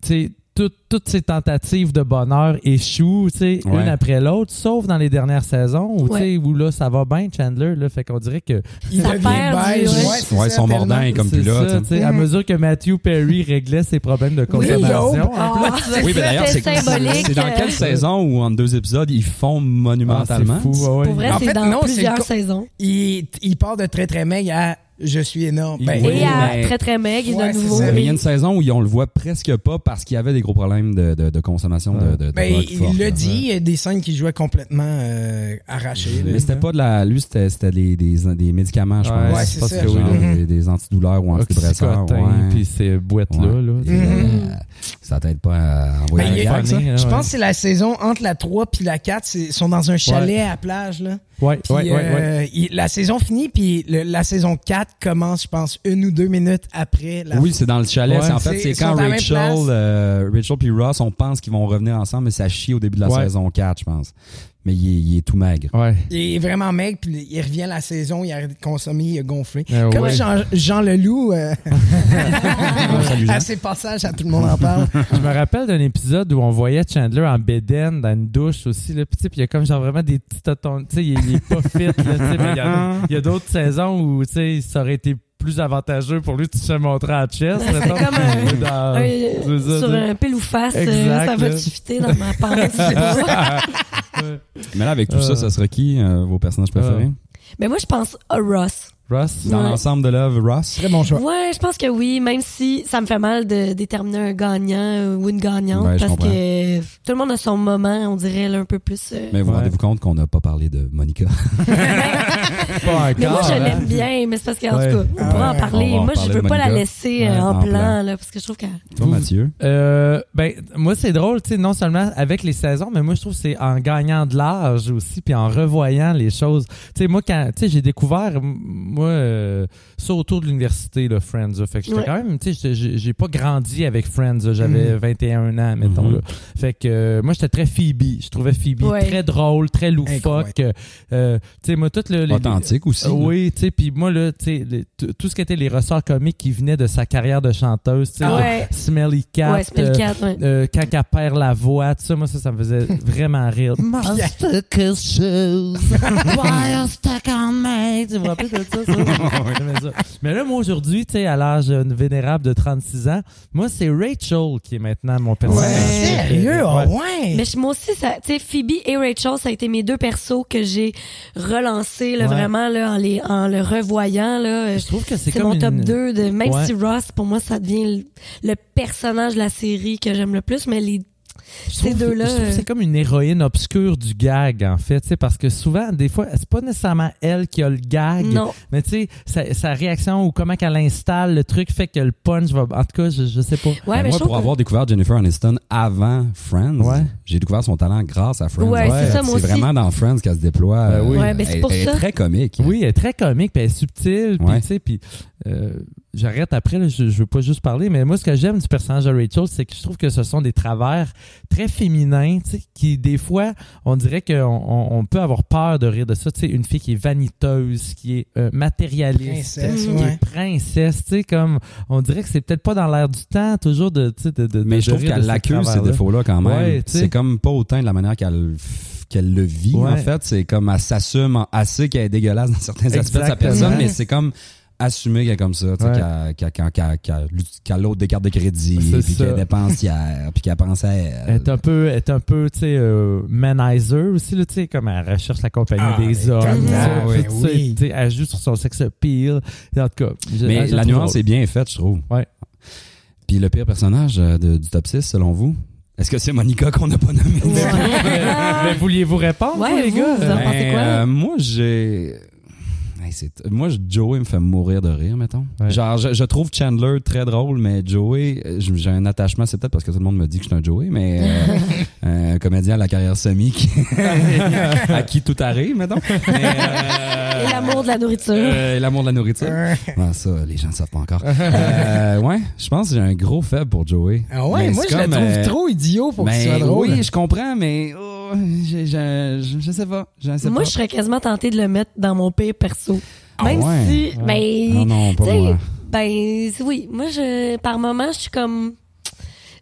D: tu sais, tout- toutes ses tentatives de bonheur échouent, tu sais,
A: Ouais.
D: une après l'autre, sauf dans les dernières saisons où, tu
C: Ouais.
D: sais, où là, ça va bien, Chandler, là, fait qu'on dirait que
B: Il
C: Ça
B: devient
C: perd du-
B: beige.
C: ouais.
B: c'est
A: Ouais,
B: ça,
A: son
B: tellement.
A: mordant est comme
D: c'est
A: plus là.
D: ça,
A: tu
D: tu
A: sais.
D: sais, à
B: Mm.
D: mesure que Matthew Perry réglait ses problèmes de
B: Oui,
D: consommation. hein,
B: Joe.
C: Ah, c'est
A: Oui, mais d'ailleurs, c'est
C: symbolique.
A: c'est dans quelle saison ou en deux épisodes ils font
D: euh. Ah, c'est
A: monumentalement?
D: fou, ouais, ouais.
C: Pour vrai,
B: En
C: c'est
B: fait,
C: dans
B: non, c'est
C: plusieurs
B: le co-
C: saisons.
B: Il, il part de très très maigre à je suis énorme. Ben,
A: Oui,
C: et à
A: mais-
C: très très meg,
B: Ouais,
C: de
B: c'est
C: nouveau.
B: ça.
A: Mais il y a une saison où ils- on le voit presque pas parce qu'il y avait des gros problèmes de, de- de consommation de, de, de
B: ben,
A: drogue
B: il
A: forte,
B: l'a
A: là.
B: dit, il y a des scènes qui jouaient complètement euh, arrachées. là.
A: Mais c'était pas de la. Lui, c'était c'était des, des, des médicaments, je
D: Ouais,
A: pense.
B: ouais, c'est
A: Parce
B: ça.
A: que,
D: Oui.
A: genre,
B: Mhm.
A: des, des antidouleurs ou antidépresseurs.
D: Oxycontin,
A: ouais.
D: Mm-hmm. puis ces boîtes-là,
A: Ouais.
D: là.
A: Et,
C: Mm-hmm.
A: euh, ça t'aide pas à envoyer un
B: Mhm. Ben, il y a-
A: gag, ça.
B: Je pense que c'est la saison entre la 3 puis la 4, c'est- ils sont dans un chalet à la plage. Là.
D: Ouais,
B: Puis,
D: ouais, ouais, ouais.
B: euh, il- la saison finit, puis le- la saison 4 commence, je pense, une ou deux minutes après la
A: Oui, c'est dans le chalet.
D: Ouais.
A: c'est en fait,
B: C'est-
A: c'est quand
B: ils sont à la même
A: Rachel,
B: place.
A: euh, Rachel puis Ross, on pense qu'ils vont revenir ensemble, mais ça chie au début de la
D: Ouais.
A: saison 4, je pense. Mais il est, il est tout maigre.
C: euh,
D: Ouais.
B: Il est vraiment maigre, puis il revient la saison, il arrête de consommer, il a gonflé.
D: Ah
B: Comme
D: ouais.
B: Jean, Jean Leloup, euh, Ah,
A: Salut, Jean.
B: [LAUGHS] à ses passages, à tout le monde en parle.
D: Je me rappelle d'un épisode où on voyait Chandler en bédaine dans une douche aussi. Là, puis, tu sais, puis il y a comme genre vraiment des petits totons. Tu sais, il, il est pas fit. Là, tu sais, mais il y en a- il y a, d'autres saisons où tu sais, ça aurait été plus avantageux pour lui de se montrer à chest.
C: Ça serait
D: mettons.
C: comme un-
D: Ou dans-
C: Un-
D: c'est ça,
C: sur
D: tu sais.
C: un pile ou face, euh,
D: Exact,
C: ça va
D: là.
C: te fitter dans ma
A: [LAUGHS]
C: pensée.
D: Ouais.
A: Mais là, avec tout
D: Euh.
A: ça, ça serait qui, euh, vos personnages préférés?
C: mais moi, je pense à Ross.
D: Ross?
A: Dans
C: Ouais.
A: l'ensemble de l'œuvre, Ross?
B: Très bon choix.
C: Ouais, je pense que oui, même si ça me fait mal de déterminer un gagnant ou une gagnante,
A: Ouais, je
C: parce
A: comprends.
C: que tout le monde a son moment, on dirait, là, un peu plus. euh,
A: Mais vous
D: Ouais.
A: rendez-vous compte qu'on n'a pas parlé de Monica. [LAUGHS]
D: Pas
C: [LAUGHS] Mais moi,
D: encore,
C: je
D: hein.
C: l'aime bien, mais c'est parce qu'en
D: Ouais.
C: tout cas, on
B: Ah
C: pourra
B: ouais.
C: en parler.
A: On va en
C: moi,
A: parler
C: je veux
A: de
C: pas la
A: Monica.
C: laisser euh,
A: Ouais,
C: en,
A: en
C: plan,
A: plan.
C: là, parce que je trouve qu'elle.
A: Toi,
D: Vous-
A: Mathieu?
D: Euh, ben, moi, c'est drôle, tu sais, non seulement avec les saisons, mais moi, je trouve que c'est en gagnant de l'âge aussi, puis en revoyant les choses. Tu sais, moi, quand, tu sais, j'ai découvert, m- moi, euh, ça autour de l'université, là, Friends, là. Fait que j'étais
C: Ouais. Mm.
D: quand même, tu sais, j'étais- j'ai j'ai pas grandi avec Friends, là. J'avais 21 ans, mettons,
A: Mhm.
D: là. Fait Fait que euh, moi, j'étais très Phoebe. Je trouvais Phoebe
C: Mm-hmm. Ouais.
D: très drôle, très loufoque.
B: Incroyable.
D: Euh, tu sais, moi, tout le... les-
A: Authentique aussi.
D: euh,
A: là.
D: Oui, tu sais, puis moi, là, tu sais, le- tout- tout ce qui était les ressorts comiques qui venaient de sa carrière de chanteuse, tu sais,
C: Ah
D: de
C: ouais.
D: Smelly Cat,
C: Ouais, c'est
D: euh,
C: le 4. ouais.
D: euh, quand elle perd la voix, tout ça, moi, ça, ça
C: [LAUGHS]
D: me faisait vraiment rire. Monster kiss [LAUGHS] shoes, wire stuck on me. Tu me rappelles de ça, [LAUGHS] ça? J'aimais ça. Mais là, moi, aujourd'hui, tu sais, à l'âge euh, vénérable de 36 ans, moi, c'est Rachel qui est maintenant mon personnage.
B: Ouais. Sérieux?
D: Ouais.
B: ah ouais.
C: Mais je- moi aussi, ça- tu sais, Phoebe et Rachel, ça a été mes deux persos que j'ai relancés là,
D: Ouais.
C: vraiment là, en, les, en le revoyant. Là, Euh,
D: Je trouve que c'est
C: c'est
D: comme
C: mon top
D: une-
C: 2. De, même
D: Ouais.
C: si Ross, pour moi, ça devient le, le personnage de la série que j'aime le plus, mais les...
D: Je trouve-
C: Ces deux-là,
D: je trouve que
C: euh,
D: C'est comme une héroïne obscure du gag, en fait, tu sais, parce que souvent, des fois, c'est pas nécessairement elle qui a le gag,
C: Non.
D: mais tu sais, sa, sa réaction ou comment qu'elle installe le truc fait que le punch va. En tout cas, je, je sais pas.
C: Ouais,
A: Ben,
C: mais je
A: moi,
C: trouve
A: pour
C: que-
A: avoir découvert Jennifer Aniston avant Friends,
D: Ouais.
A: j'ai découvert son talent grâce à Friends.
C: Ouais, c'est ça, moi
A: c'est
C: aussi.
A: vraiment dans Friends qu'elle se déploie.
D: Ben oui.
A: Euh,
C: Ouais, ben, c'est
A: elle-
C: pour
A: elle est
C: ça.
A: très comique.
D: Oui, elle est très comique, puis elle est subtile, puis
A: Ouais.
D: tu sais, puis euh, j'arrête après, là, je, je veux pas juste parler, mais moi, ce que j'aime du personnage de Rachel, c'est que je trouve que ce sont des travers très féminins, tu sais, qui des fois, on dirait qu'on on, on peut avoir peur de rire de ça, tu sais, une fille qui est vaniteuse, qui est euh, matérialiste,
B: Princesse,
D: qui
B: ouais.
D: est princesse, tu sais, comme, on dirait que c'est peut-être pas dans l'air du temps, toujours de, tu sais, de, de-
A: Mais
D: de
A: je trouve
D: rire de
A: qu'elle
D: ce
A: l'accuse, ces
D: travers-là.
A: défauts-là, quand même.
D: Ouais, tu sais.
A: c'est comme pas autant de la manière qu'elle f- qu'elle le vit,
D: Ouais.
A: en fait. C'est comme elle s'assume en- assez qu'elle est dégueulasse dans certains aspects de sa
D: Exactement.
A: personne, mais c'est comme assumer qu'elle est comme ça, tu sais,
D: Ouais.
A: qu'elle- qu'elle- qu'elle- qu'elle- qu'elle qu'elle l'autre des cartes de crédit,
D: C'est
A: puis
D: ça.
A: qu'elle est dépensière, puis qu'elle pense à
D: Elle
A: elle.
D: est un peu, elle est un peu, tu sais, euh, manizer aussi, là, tu sais, comme elle recherche la compagnie
B: Ah,
D: des hommes.
B: tellement,
D: tu sais,
B: ouais,
D: tout ça,
B: oui.
D: tu sais, Elle joue sur son sex appeal. En tout cas, je-
A: Mais
D: je
A: la
D: trouve
A: nuance
D: drôle.
A: est bien faite, je trouve.
D: Ouais.
A: Puis le pire personnage euh, de- du top 6, selon vous, est-ce que c'est Monica qu'on n'a pas nommée? [LAUGHS]
C: Ouais.
D: Mais vouliez-vous répondre,
C: Ouais,
D: vous, les
C: vous,
D: gars?
C: vous en pensez
A: Ben,
C: quoi?
A: euh, moi, j'ai. Hey, c'est- moi, je- Joey me fait mourir de rire, mettons.
D: Ouais.
A: Genre, je, je trouve Chandler très drôle, mais Joey, euh, j- j'ai un attachement, c'est peut-être parce que tout le monde me dit que je suis un Joey, mais
C: [LAUGHS]
A: euh, un comédien à la carrière semi qui- à qui tout arrive, mettons. Mais, euh,
C: et l'amour de la nourriture.
A: euh, l'amour de la nourriture. Non, ça, les gens ne savent pas
C: [LAUGHS]
A: encore. Euh, ouais, je pense que j'ai un gros faible pour Joey.
B: Ah ouais,
A: Mais
B: moi
A: c'est
B: je le
A: comme,
B: trouve
A: euh,
B: trop idiot pour qu'il
A: ben,
B: soit drôle.
A: Oui, je comprends, mais oh, j'ai- j'ai- je je sais pas. Je sais
C: Moi,
A: pas.
C: je serais quasiment tentée de le mettre dans mon pire perso.
A: Ah
C: Même
A: ouais?
C: si, ben,
A: Non, non, pas
C: tu sais,
A: moi.
C: ben, oui, moi, je, par moment, je suis comme,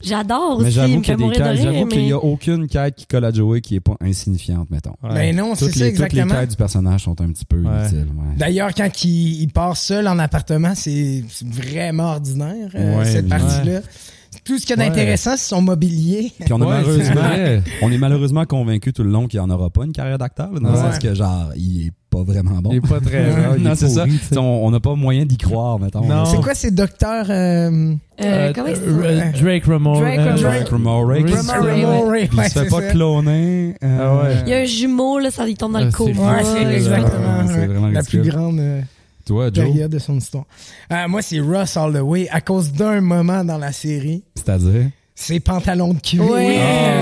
C: j'adore aussi,
A: Mais
C: il
A: j'avoue qu'il
C: me
A: y
C: fait
A: a des
C: mourir de
A: quêtes,
C: rire,
A: j'avoue qu'il
C: mais
A: n'y a aucune quête qui colle à Joey qui est pas insignifiante, mettons.
D: Ouais.
B: Ben non, c'est
A: Toutes
B: ça
A: les, toutes les
B: exactement.
A: quêtes du personnage sont un petit peu
D: Ouais. Ben,
A: inutiles. ouais.
B: D'ailleurs, quand il, il part seul en appartement, c'est c'est vraiment ordinaire, euh,
A: Ouais,
B: cette
A: ouais.
B: partie-là. Tout ce qu'il y a
D: Ouais.
B: d'intéressant, c'est son mobilier.
A: Puis on, est
D: Ouais, c'est
A: malheureusement,
D: vrai.
A: on est malheureusement convaincu tout le long qu'il en aura pas une carrière d'acteur, là, dans le
D: Ouais.
A: sens que genre, il est pas vraiment bon.
D: Il est pas très.
A: [LAUGHS] Non,
D: il est
A: c'est ça.
D: pourri, tu sais.
A: T'sais, On on n'a pas moyen d'y croire, mettons.
D: Non.
B: C'est quoi, c'est docteur... euh,
C: euh,
D: Euh,
C: comment il s'appelle?
D: euh, Drake Ramone.
C: Drake
D: euh,
C: Ramone.
A: Drake Ramore qui se-
C: Ramore,
A: qui
B: Ramore, ouais,
A: se fait
B: c'est
A: pas
B: ça.
A: cloner. euh,
D: Ah ouais.
C: Il y a un jumeau, là, ça lui tombe dans
D: Euh,
C: le
D: c'est
C: coma.
B: Ouais, c'est
D: Ouais,
B: exactement
A: c'est
B: ouais,
A: vraiment
B: la
A: ridicule.
B: plus grande euh,
A: Toi,
D: Ben,
A: Joe,
B: période de son histoire. Euh, moi, c'est Russ All the Way à cause d'un moment dans la série.
A: c'est-à-dire?
B: Ses pantalons de cuir.
C: Ouais,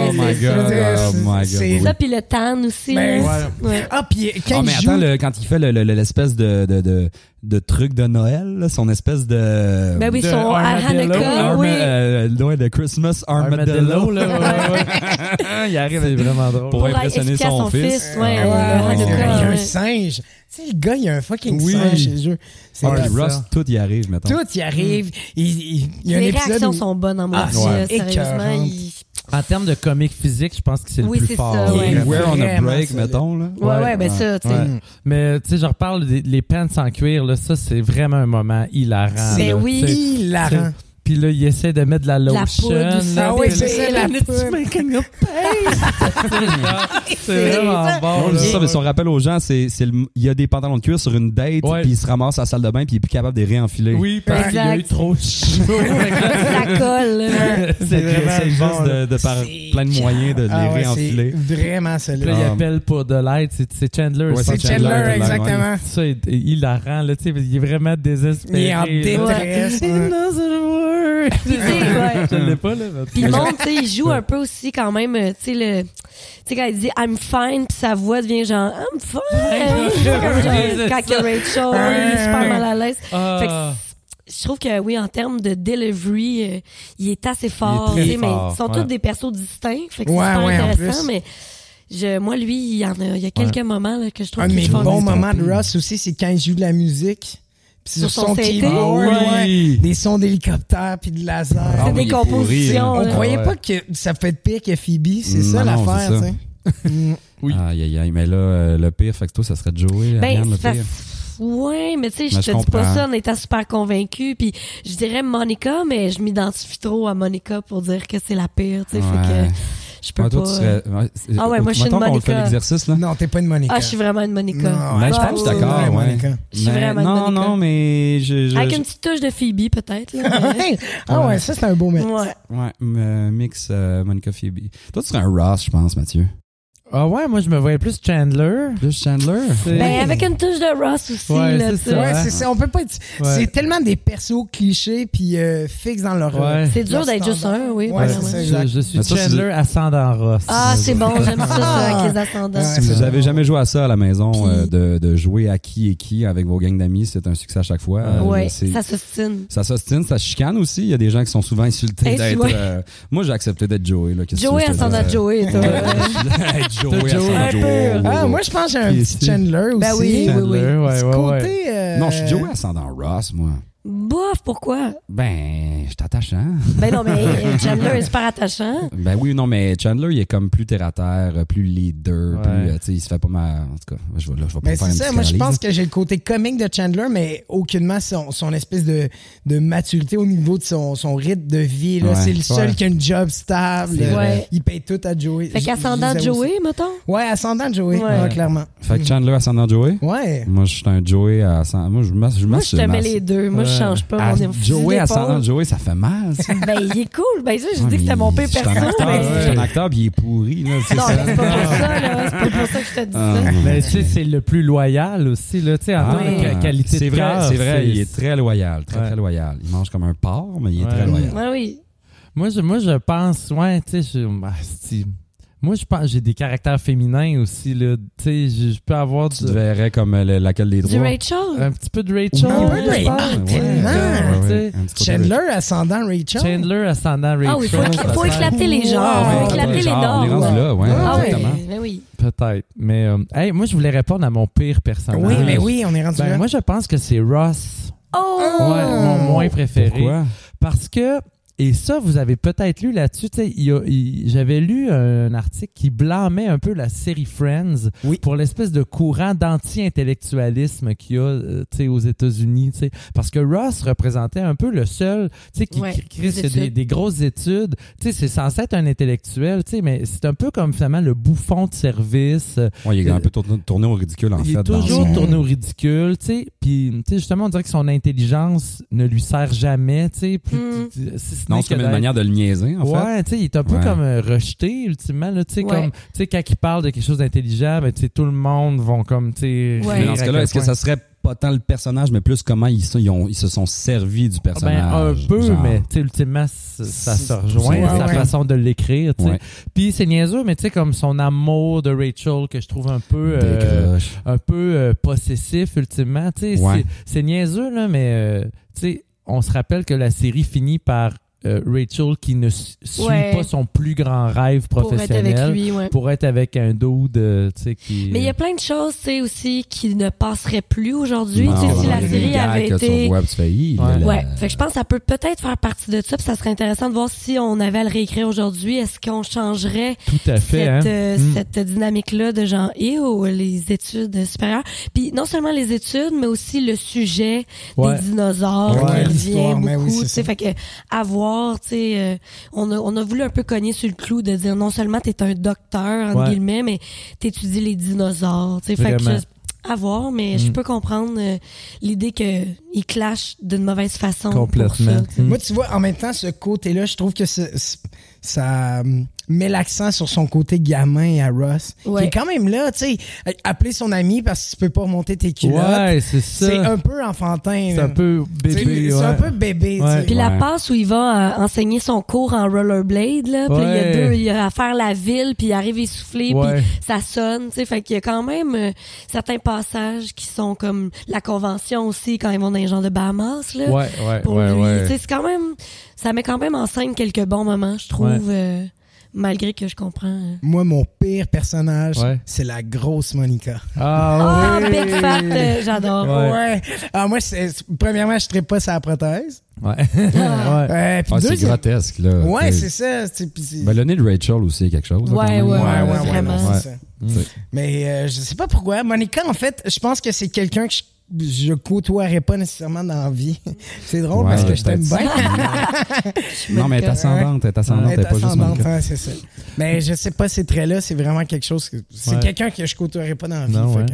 A: Oh my
C: c'est ça.
A: God, oh my God,
B: C'est-
A: oui.
C: Ça, puis le tan aussi,
B: Ben,
C: là. Ouais.
B: Ah, puis quand
A: Ah, mais
B: il joue...
A: attends, le- quand il fait le- le- le- l'espèce de, de, de, de truc de Noël, là, son espèce de.
C: Ben oui,
D: de
C: son à
D: Armadillo,
C: Hanukkah,
A: Arma-
C: oui.
A: euh, ouais, de Christmas Armadillo.
D: Armadillo, là. ouais, ouais. il arrive. C'est vraiment drôle.
A: Pour impressionner
C: expliquer à
A: son fils. Ah
C: ouais,
B: Ouais, ouais, il
C: le
B: y a
C: Hanukkah,
B: un
C: ouais.
B: singe. Tu sais, le gars, il y a un fucking
A: Oh, Oui.
B: singe chez eux. C'est
A: Ah, puis hein.
B: ça.
A: Ross, tout y arrive, mettons.
B: Tout y arrive. Il, il- il y a un
C: Les
B: épisode
C: réactions
B: où-
C: sont bonnes en moi
B: Ah,
C: aussi,
B: ouais.
C: là, sérieusement.
B: Écœurante.
C: il-
D: En termes de comique physique, je pense que c'est le
C: Oui,
D: plus
C: c'est
D: fort.
C: ça,
A: Et
C: ouais.
A: Where Ah on a
B: Vraiment
A: break,
B: solide.
A: mettons, là. Ah.
C: Ouais, ouais, ben
A: Ouais.
C: ça, tu sais.
D: Ouais. Mais tu sais, je reparle des les pants en cuir, là, ça c'est vraiment un moment
A: Ah,
D: hilarant.
C: Ben
D: là,
C: oui.
D: tu sais.
A: [LAUGHS]
B: hilarant.
D: Puis là, il essaie de mettre de la
C: La
D: lotion.
C: poudre aussi.
D: là,
B: Ah oui,
D: puis [LAUGHS]
B: c'est
D: là,
B: ça, la
D: là, tu
B: [LAUGHS] poudre.
D: making a paste. C'est vraiment
C: ça.
A: Non,
D: bon.
A: je dis Ah, ça,
D: là.
A: mais son rappel aux gens, c'est c'est le- il y a des pantalons de cuir sur une date,
D: Ouais.
A: puis il se ramasse à la salle de bain, puis il est plus capable de les réenfiler.
D: Oui, parce qu'il y a eu
C: Exact.
D: trop de chaud.
C: Ça colle, là.
A: c'est
D: [LAUGHS] c'est
A: vraiment
D: vraiment
A: juste
D: bon.
A: de,
D: là.
A: de par
B: C'est
A: plein de moyens de les
B: Ah ouais, c'est
A: réenfiler.
B: vraiment
D: Puis là,
B: solide.
D: il
A: Ah.
D: appelle pour de l'aide. C'est c'est Chandler.
A: Ouais,
D: ça.
B: C'est
A: c'est Chandler,
B: Chandler,
A: Chandler,
B: exactement.
D: Ça, il, il la rend, là, tu sais, il est vraiment
B: Il
D: désespéré.
B: est en
D: là.
B: détresse.
D: [LAUGHS] It
B: hein.
D: doesn't work.
C: Puis, tu sais, ouais.
D: Je l'ai pas, là. mais-
C: Puis le monde, tu sais, il joue un peu aussi quand même, euh, tu sais, le... Tu sais, quand il dit « I'm fine », puis sa voix devient genre « I'm fine ». [LAUGHS] Comme genre,
D: Ouais, c'est
C: Quand il y a Rachel, il est super mal à l'aise.
D: Ah.
C: Fait que je trouve que oui, en termes de delivery, euh, il est assez fort.
D: très
C: tu sais, mais
D: fort,
C: ils sont
D: ouais.
C: tous des persos distincts. Fait que
B: Ouais,
C: c'est super
B: ouais, en
C: intéressant,
B: plus.
C: mais je, moi, lui, il y en a, il y a quelques moments là, que je trouve
B: Un de
C: qu'il
B: mes
C: est fort.
B: bons
A: des
B: moments de
A: trompés.
B: Russ aussi, c'est quand il joue de la musique. Puis sur,
C: Sur son
B: son
C: CD.
B: keyboard,
A: Ah oui!
B: ouais, des sons d'hélicoptère puis de laser.
A: Ah
C: C'est
A: oui,
C: des
A: il est pourri, hein.
C: compositions.
B: On
C: là.
B: croyait
D: ouais.
B: pas que ça fait de pire que Phoebe, c'est
A: Non,
B: ça
A: non,
B: l'affaire,
A: c'est ça.
B: tu sais. Mm.
C: [LAUGHS]
D: Oui.
A: Aïe, aïe, aïe. Mais là, euh, le pire, fait que toi, ça serait Joey.
C: Ben,
A: Ariane, le
C: c'est parce-
A: pire.
C: Ouais, mais tu sais, je
A: Ben,
C: te
A: je
C: dis pas
A: comprends.
C: ça en étant super convaincue. Puis je dirais Monica, mais je m'identifie trop à Monica pour dire que c'est la pire. Tu sais,
A: Ouais.
C: fait que je peux
A: Ouais, toi,
C: pas.
A: tu serais. ouais, c'est-
C: Ah ouais, moi, je suis
A: mettons
C: une
A: qu'on
C: Monica.
A: fait l'exercice, là.
B: Non, t'es pas une Monica.
C: Ah, je suis vraiment une Monica.
B: Non,
A: Ben,
C: Ah,
A: je pense que je suis
C: ouais,
A: d'accord,
B: ouais,
A: ouais.
C: [LAUGHS]
B: Monica.
C: Je suis
A: Mais-
C: vraiment
A: Non,
C: Monica.
A: non, mais je. je-
C: Avec
A: je-
C: une petite touche de Phoebe, peut-être. là, mais-
B: Hey! Ah [LAUGHS] ouais, ça c'est un beau mec.
C: ouais.
A: Ouais, m- euh, mix euh, Monica Phoebe. Toi, tu serais un Ross, je pense, Mathieu.
D: Ah ouais, moi, je me voyais plus Chandler.
A: Plus Chandler.
D: C'est-
C: Ben, avec une touche de Ross aussi.
D: Ouais,
C: là,
D: c'est
C: tu sais.
D: ça.
B: Ouais, c'est ça, on peut pas être...
D: Ouais.
B: C'est tellement des persos clichés puis euh, fixes dans leur...
D: Ouais.
C: C'est dur d'être juste un,
B: Ouais,
C: oui.
D: Ouais,
B: c'est
C: vraiment.
B: ça.
D: je,
B: exact.
D: je suis
A: Mais ça, c'est-
D: Chandler ascendant Ross.
C: Ah, c'est bon, j'aime ça, ça,
A: Ah!
C: avec les
B: Ouais.
C: ascendants.
A: Si
B: c'est
A: vous
B: bon.
A: avez jamais joué à ça à la maison,
B: Puis-
A: euh, de, de jouer à qui et qui avec vos gangs d'amis, c'est un succès à chaque fois. Euh,
C: Ouais,
A: c'est-
C: ça s'ostine.
A: Ça s'ostine, ça se chicane aussi. Il y a des gens qui sont souvent insultés
C: Hey,
A: d'être.
C: ouais.
A: euh, moi, j'ai accepté d'être Joey. Là, Qu'est-ce que
C: Joey
A: tu veux que je te
C: ascendant
A: dise?
C: Joey, toi.
A: [LAUGHS] Hey, Joey
D: Joey.
A: ascendant
C: Un
A: Joey.
C: peu.
B: Ah, moi je pense que j'ai un
A: Puis
B: petit
A: ici.
B: Chandler aussi.
C: Ben oui, oui, oui.
D: Chandler, ouais,
B: Du
D: ouais, ouais.
B: côté... euh,
A: Non, je suis Joey ascendant Ross, moi.
C: Bof, pourquoi?
A: Ben, je t'attache, hein?
C: Ben non, mais euh, Chandler est super attachant.
A: Ben oui, non, mais Chandler, il est comme plus terre à terre, euh, plus leader,
D: Ouais.
A: plus. euh, Tu sais, il se fait pas mal. En tout cas, je vais, là, je vais pas
B: Ben
A: faire une
B: c'est ça, moi je
A: psychanalyse,
B: pense que j'ai le côté comique de Chandler, mais aucunement son, son espèce de, de maturité au niveau de son, son rythme de vie. là.
A: Ouais.
B: c'est le seul
D: Ouais.
B: qui a une job stable.
A: C'est
C: vrai.
B: Il paye tout à Joey.
C: Fait
B: Je- je
C: qu'ascendant
B: les aime aussi.
C: Joey, mettons.
B: Ouais, ascendant Joey,
C: Ouais.
B: ouais, clairement.
A: Fait que Chandler ascendant Joey?
B: Ouais.
A: Moi, je suis un Joey ascendant. Moi, je m'ass- je
C: Moi, je te
A: m'assume.
C: mets les deux. Moi, je
D: Ouais.
C: change pas.
A: Ah,
C: mon fusil
A: Joey
C: d'épaule.
A: ascendant Joey, ça fait mal, ça.
C: Ben, il est cool. Ben, ça, je
A: Ouais,
C: dis que c'était
A: mais
C: mon père
A: je suis un
C: perso.
A: acteur,
C: mais-
A: Je suis un acteur, puis il est pourri, là. c'est
C: Non,
A: ça.
C: mais c'est pas pour ça, là. C'est pas pour ça que je te dis
A: Ah,
C: ça.
A: non,
D: Mais
A: non.
D: tu sais, c'est le plus loyal aussi, là, tu sais, en
A: Ah,
D: termes de ca- qualité
A: c'est
D: de
A: vrai,
D: cœur,
A: c'est vrai, il est très loyal, très
D: Ouais.
A: très loyal. Il mange comme un porc, mais il est
D: Ouais.
A: très loyal.
C: Ouais, oui.
D: Moi, je, moi, je pense, ouais, tu sais, je- ah, c'est- moi, je pense, j'ai des caractères féminins aussi, là, tu sais, je, je peux avoir
A: Tu
D: du-
A: te verrais comme euh, le- laquelle des
C: Du
A: trois
C: Rachel.
D: un petit peu de Rachel,
B: Ah,
D: je
B: ouais,
D: pense.
B: ah,
A: Ouais,
B: tellement.
A: ouais, ouais,
D: Tu sais,
A: un petit côté de-
B: Chandler, ascendant Rachel.
D: Chandler ascendant
A: Euh,
D: Rachel.
C: Ah oui, faut, écla- faut
D: peut-être.
C: éclater les genres.
B: Ouais,
C: faut
A: Ouais,
C: Ah, éclater les
A: genre,
C: normes.
A: On est rendu là, ouais,
B: Ah
C: Ah
A: exactement.
C: oui, ben oui.
D: Peut-être. Mais, euh, hey, moi, je voulais répondre à mon pire personnage.
B: Oui, mais oui, on est rendu
D: Ben,
B: là.
D: moi, je pense que c'est Ross.
C: Oh!
D: Ouais, mon moins préféré.
A: Pourquoi?
D: Parce que, et ça, vous avez peut-être lu là-dessus, tu sais, il y a- il- j'avais lu un article qui blâmait un peu la série Friends
B: Oui.
D: pour l'espèce de courant d'anti-intellectualisme qu'il y a euh, tu sais, aux États-Unis. tu sais. Parce que Ross représentait un peu le seul tu sais, qui
C: Ouais,
D: qui crée
C: des
D: des,
C: études.
D: des grosses études. Tu sais, C'est censé être un intellectuel, tu sais, mais c'est un peu comme finalement le bouffon de service. euh,
A: Ouais, il est un peu tourné, tourné au ridicule, en
D: il
A: fait.
D: est
A: dans
D: toujours
A: son-
D: tourné au ridicule, tu sais. Puis, tu sais, justement, on dirait que son intelligence ne lui sert jamais, tu sais. plus-
C: Mm.
D: tu- si ce
A: Non,
D: n'est
A: c'est comme
D: que
A: une
D: d'être-
A: manière de le niaiser, en fait.
D: Ouais, tu sais, il est un peu
A: Ouais.
D: comme euh, rejeté, ultimement, là, tu sais,
C: Ouais.
D: comme, tu sais, quand il parle de quelque chose d'intelligent, ben, tu sais, tout le monde vont comme, tu sais,
C: Ouais.
A: Mais
D: rire
A: dans ce
D: à
A: cas-là,
D: quel
A: est-ce que
D: point.
A: ça serait pas tant le personnage, mais plus comment ils, sont- ils ont- ils se sont servis
B: Ah
A: du
D: Ben, un
A: personnage?
D: peu,
A: genre.
D: mais, tu sais, ultimement, c- ça
A: C'est-
D: se rejoint,
A: Ouais,
D: sa
B: ouais.
D: façon de l'écrire, tu sais.
A: Ouais.
D: Puis c'est niaiseux, mais tu sais, comme son amour de Rachel, que je trouve un peu... euh,
A: Décroche.
D: un peu euh, possessif ultimement. Tu sais,
A: Ouais.
D: C'est c'est niaiseux, là, mais euh, tu sais, on se rappelle que la série finit par euh, Rachel qui ne su- suit
C: Ouais.
D: pas son plus grand rêve
C: Pour être
D: professionnel
C: avec lui, ouais.
D: pour être avec un dude euh, tu sais, qui...
C: Mais il y a plein de choses, tu sais, aussi, qui ne passeraient plus aujourd'hui.
A: Non,
C: Tu sais, si
A: non,
C: la
A: il y a des
C: série
A: gags
C: avait
A: que
C: été...
A: Tu revois, puis tu fais, Hi,
D: Ouais.
A: là, là.
C: Ouais, fait que je pense que ça peut peut-être faire partie de ça, puis ça serait intéressant de voir si on avait à le réécrire aujourd'hui, est-ce qu'on changerait
D: Tout à fait, hein?
C: cette, euh,
D: Mm.
C: cette dynamique-là de genre et oh, les études supérieures. Puis non seulement les études, mais aussi le sujet
D: Ouais.
C: des dinosaures
B: Ouais,
C: qui revient
B: l'histoire, mais oui,
C: beaucoup.
B: c'est
C: tu sais,
B: ça.
C: fait que à voir, tu sais, euh, on, a, on a voulu un peu cogner sur le clou de dire non seulement t'es un docteur entre
D: Ouais.
C: guillemets, mais t'étudies les dinosaures. Tu sais, fait que
D: Vraiment. Hmm.
C: à voir, mais je peux comprendre euh, l'idée qu'ils clashent d'une mauvaise façon. pour
D: Complètement.
C: ça, tu sais.
D: Mm.
B: Moi, tu vois, en même temps, ce côté-là, je trouve que ce- ce- ça euh, met l'accent sur son côté gamin à Ross.
C: Ouais.
B: Qui est quand même là, tu sais, euh, appeler son ami parce que tu peux pas remonter tes culottes.
D: Ouais, c'est ça.
B: c'est un peu enfantin.
D: C'est
B: là.
D: un peu
B: Tu sais,
D: bébé.
B: C'est un
D: ouais.
B: peu bébé. tu sais.
D: Ouais.
C: Puis la
A: Ouais.
C: passe où il va euh, enseigner son cours en rollerblade, là, puis il y a
D: Ouais.
C: deux, il a à faire la ville, puis il arrive essoufflé,
D: Ouais.
C: puis ça sonne, tu sais, fait qu'il y a quand même euh, certains passages qui sont comme la convention aussi quand ils vont dans les gens de Bahamas, là,
D: Ouais, ouais,
C: pour
D: ouais,
C: lui,
D: ouais.
C: Tu sais, c'est quand même, ça met quand même en scène quelques bons moments, je trouve,
D: Ouais.
C: euh, malgré que je comprends. euh.
B: Moi, mon pire personnage,
D: Ouais.
B: c'est la grosse Monica.
C: Ah,
D: Ah oui.
C: Big Fat, euh,
B: [LAUGHS]
C: j'adore.
D: Ouais.
B: Ah, moi, c'est- c'est- premièrement, je ne pas sa prothèse.
C: Ah.
D: Ouais. ouais.
B: Euh, puis
A: Ah, c'est
B: deuxième-
A: grotesque, là.
B: Ouais,
A: Tu
B: c'est
A: sais.
B: ça. c'est- puis c'est-
A: Ben, le nez de Rachel aussi, est quelque chose. là,
C: Ouais,
A: quand même.
C: ouais,
B: Ouais, ouais, ouais,
C: vraiment.
B: non, c'est ça.
A: Tu sais.
B: Mais euh, je sais pas pourquoi. Monica, en fait, je pense que c'est quelqu'un que je, je côtoierais pas nécessairement dans la vie. [LAUGHS] C'est drôle
A: Ouais,
B: parce que je t'aime
A: peut-être.
B: bien.
A: Non, mais elle est ascendante, elle est
B: [LAUGHS]
A: ascendante, elle
B: Elle
A: est
B: est
A: pas juste
B: ascendante,
A: Monica.
B: hein, c'est ça. Mais je sais pas, ces traits-là, c'est vraiment quelque chose. que- C'est
D: Ouais.
B: quelqu'un que je côtoierais pas dans la vie.
D: Non,
B: fait
D: ouais.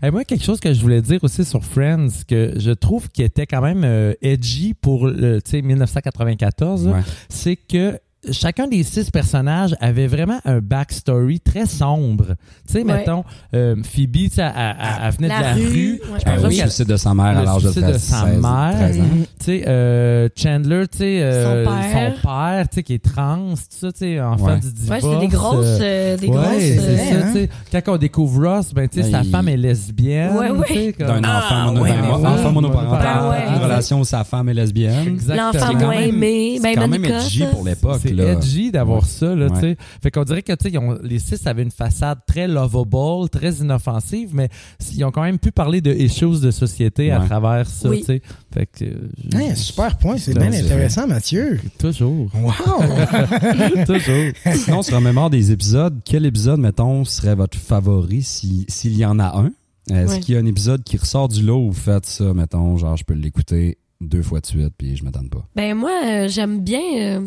B: que-
D: Et moi, quelque chose que je voulais dire aussi sur Friends, que je trouve qui était quand même euh, edgy pour le, tu sais, 1994, là,
A: Ouais.
D: c'est que chacun des six personnages avait vraiment un backstory très sombre. Tu sais,
C: Ouais.
D: mettons, euh, Phoebe, tu sais, elle, elle- elle venait
C: La
D: de la rue.
C: rue, ouais.
D: Je
A: Ah
D: pense
A: oui,
D: qu'elle-
A: le suicide de sa mère à
D: le
A: l'âge de
D: suicide de
A: 13,
D: sa
A: 16,
D: mère.
A: 13 ans.
B: Mm-hmm.
D: Tu sais, euh, Chandler, tu sais, euh,
C: Son père.
D: son père, tu sais, qui est trans, tout ça, tu sais, enfant
A: Ouais.
D: du
C: Ouais,
D: divorce.
C: c'est des grosses, euh, des
D: ouais,
C: grosses.
D: c'est
C: euh,
B: vrai,
D: ça,
B: hein?
D: tu sais. Quand on découvre Ross, ben, tu sais,
A: Ben,
D: sa
A: il-
D: femme est lesbienne.
C: Ouais, ouais.
D: tu sais, comme-
A: D'un
B: Ah,
A: enfant, mono-
B: ouais,
A: d'un
B: ouais,
A: mo- enfant
D: ouais. Ben,
A: monoparental,
C: Ben ouais.
A: une relation où sa femme est lesbienne.
C: L'enfant
A: C'est quand
C: moins
A: même-
C: aimé.
A: C'est
C: Ben,
A: quand même
C: Monica,
A: edgy
C: ça.
A: pour l'époque,
D: C'est
A: là.
D: edgy d'avoir ça, là,
A: Ouais.
D: tu sais. Fait qu'on dirait que, tu sais, ils ont- les six avaient une façade très lovable, très inoffensive, mais ils ont quand même pu parler de issues de société à
A: Ouais.
D: travers ça,
C: Oui.
D: tu sais. Fait que... euh, je-
B: Hein, super point, c'est
D: Non,
B: bien
D: c'est
B: intéressant, Mathieu.
D: Toujours.
C: [LAUGHS]
B: Wow!
D: toujours.
A: Sinon, on se remémore des épisodes. Quel épisode, mettons, serait votre favori si- s'il y en a un? Est-ce
C: Ouais.
A: qu'il y a un épisode qui ressort du lot où vous faites ça, mettons, genre, je peux l'écouter deux fois de suite, puis je m'étonne pas.
C: Ben moi, euh, j'aime bien. euh,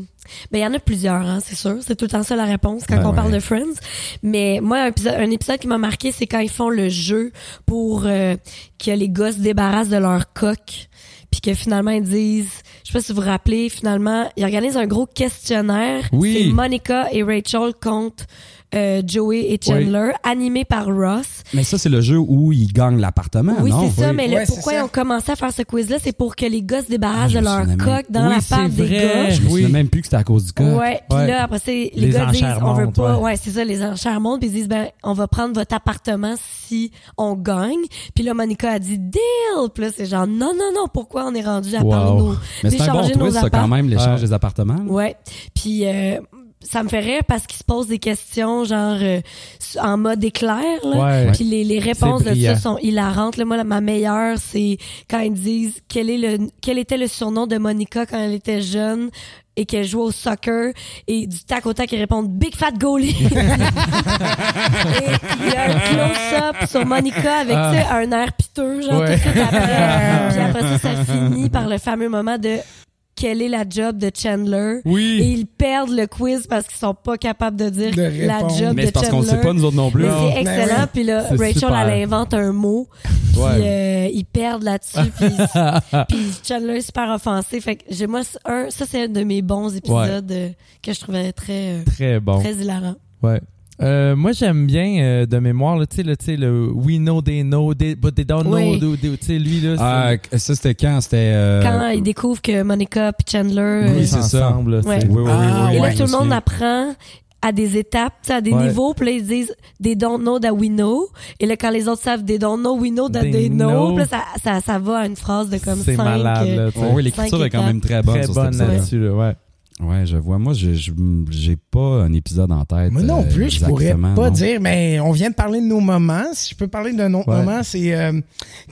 C: Ben il y en a plusieurs, hein, c'est sûr. C'est tout le temps ça la réponse quand
A: Ben
C: on
A: ouais.
C: parle de Friends. Mais moi, un épisode, un épisode qui m'a marqué, c'est quand ils font le jeu pour euh, que les gars se débarrassent de leur coque, puis que finalement ils disent, je sais pas si vous vous rappelez, finalement ils organisent un gros questionnaire.
D: Oui.
C: C'est Monica et Rachel contre euh, Joey et Chandler, animé par Ross.
A: Mais ça, c'est le jeu où il gagne l'appartement,
C: oui,
A: Ah non?
C: c'est ça. Mais le
B: Ouais, c'est
C: pourquoi
B: ça.
C: ils ont commencé à faire ce quiz-là, c'est pour que les gars se débarrassent
A: Ah, je
C: de
A: me
C: leur
A: souviens même.
C: coque dans
D: Oui,
C: la part
D: c'est
C: des
D: vrai.
C: gars.
A: Je me souviens
D: Oui.
A: même plus que c'était à cause du cas.
C: Ouais, puis
D: Ouais.
C: là après ça, les,
D: Les
C: gars disent
D: enchères
C: on veut
D: montent,
C: pas,
D: ouais.
C: ouais, c'est ça les enchères montent puis ils disent ben on va prendre votre appartement si on gagne. Puis là Monica a dit deal, puis là c'est genre non non non, pourquoi on est rendu à
D: Wow.
C: parler de nos
A: Mais c'est un bon
C: d'échanger nos
A: twist, ça, quand
C: apparts.
A: même, l'échange
D: Ouais.
A: des appartements.
D: Mm.
A: là.
C: Ouais. Puis euh, ça me fait rire parce qu'ils se posent des questions genre euh, en mode éclair là.
D: Ouais.
C: Puis les, les réponses
D: C'est
C: de
D: brillant.
C: ça sont hilarantes. Là, moi la- ma meilleure c'est quand ils disent quel est le quel était le surnom de Monica quand elle était jeune et qu'elle jouait au soccer et du tac au tac ils répondent Big Fat Goalie. [LAUGHS] et il y a un close-up sur Monica avec tu sais, un air piteux genre
D: Ah. Ouais.
C: tout de suite
D: [LAUGHS]
C: après. Puis après ça ça finit par le fameux moment de quelle est la job de Chandler
D: Oui.
C: et ils perdent le quiz parce qu'ils sont pas capables de dire
B: De
C: la
B: répondre.
C: job
A: Mais
C: de
A: c'est parce qu'on le
C: Chandler.
A: sait pas, nous autres non plus.
C: mais
D: Non.
C: c'est excellent.
B: Ben oui.
C: Puis là,
D: C'est
C: Rachel,
D: super.
C: elle invente un mot. Puis
D: Ouais.
C: euh, ils
A: [LAUGHS]
C: perdent là-dessus. Puis, puis Chandler est super offensé. Fait que j'ai- moi, c'est un, ça, c'est un de mes bons épisodes euh, que je trouvais très, euh,
D: Très bon.
C: très hilarant.
D: Ouais. Euh, moi, j'aime bien euh, de mémoire, là, tu sais, le, tu sais, le We know they know, they- but they don't
C: Oui.
D: know. they- they- Tu sais, lui, là,
A: Ah,
D: c'est-
A: ça, c'était quand? C'était... euh,
C: Quand ils découvrent que Monica puis Chandler... euh,
A: Oui, c'est ça.
D: ensemble, là,
C: Ouais.
D: c'est-
A: Oui, oui, oui,
B: Ah,
A: oui,
C: Et là,
A: oui,
C: tout
A: je
C: le
A: me
C: monde
A: souviens.
C: apprend à des étapes, tu sais, à des
D: Ouais.
C: niveaux, puis là, ils disent « they don't know that we know ». Et là, quand les autres savent « they don't know, we know that
D: They
C: they, know,
D: know.
C: Puis là, ça, ça, ça va à une phrase de comme
D: C'est
C: cinq...
D: malade,
C: euh,
D: là, tu sais.
A: Oh, oui, l'écriture
C: Cinq
A: est quand même très bonne
D: Très
A: sur
D: bonne
A: cet épisode-là.
D: là-dessus, là, ouais.
A: Ouais, je vois. Moi, je- je- j'ai pas un épisode en tête.
B: [LAUGHS] Moi non
A: euh,
B: plus, je pourrais pas
A: exactement, non.
B: dire, mais on vient de parler de nos moments. Si je peux parler d'un autre
D: Ouais.
B: moment, c'est euh,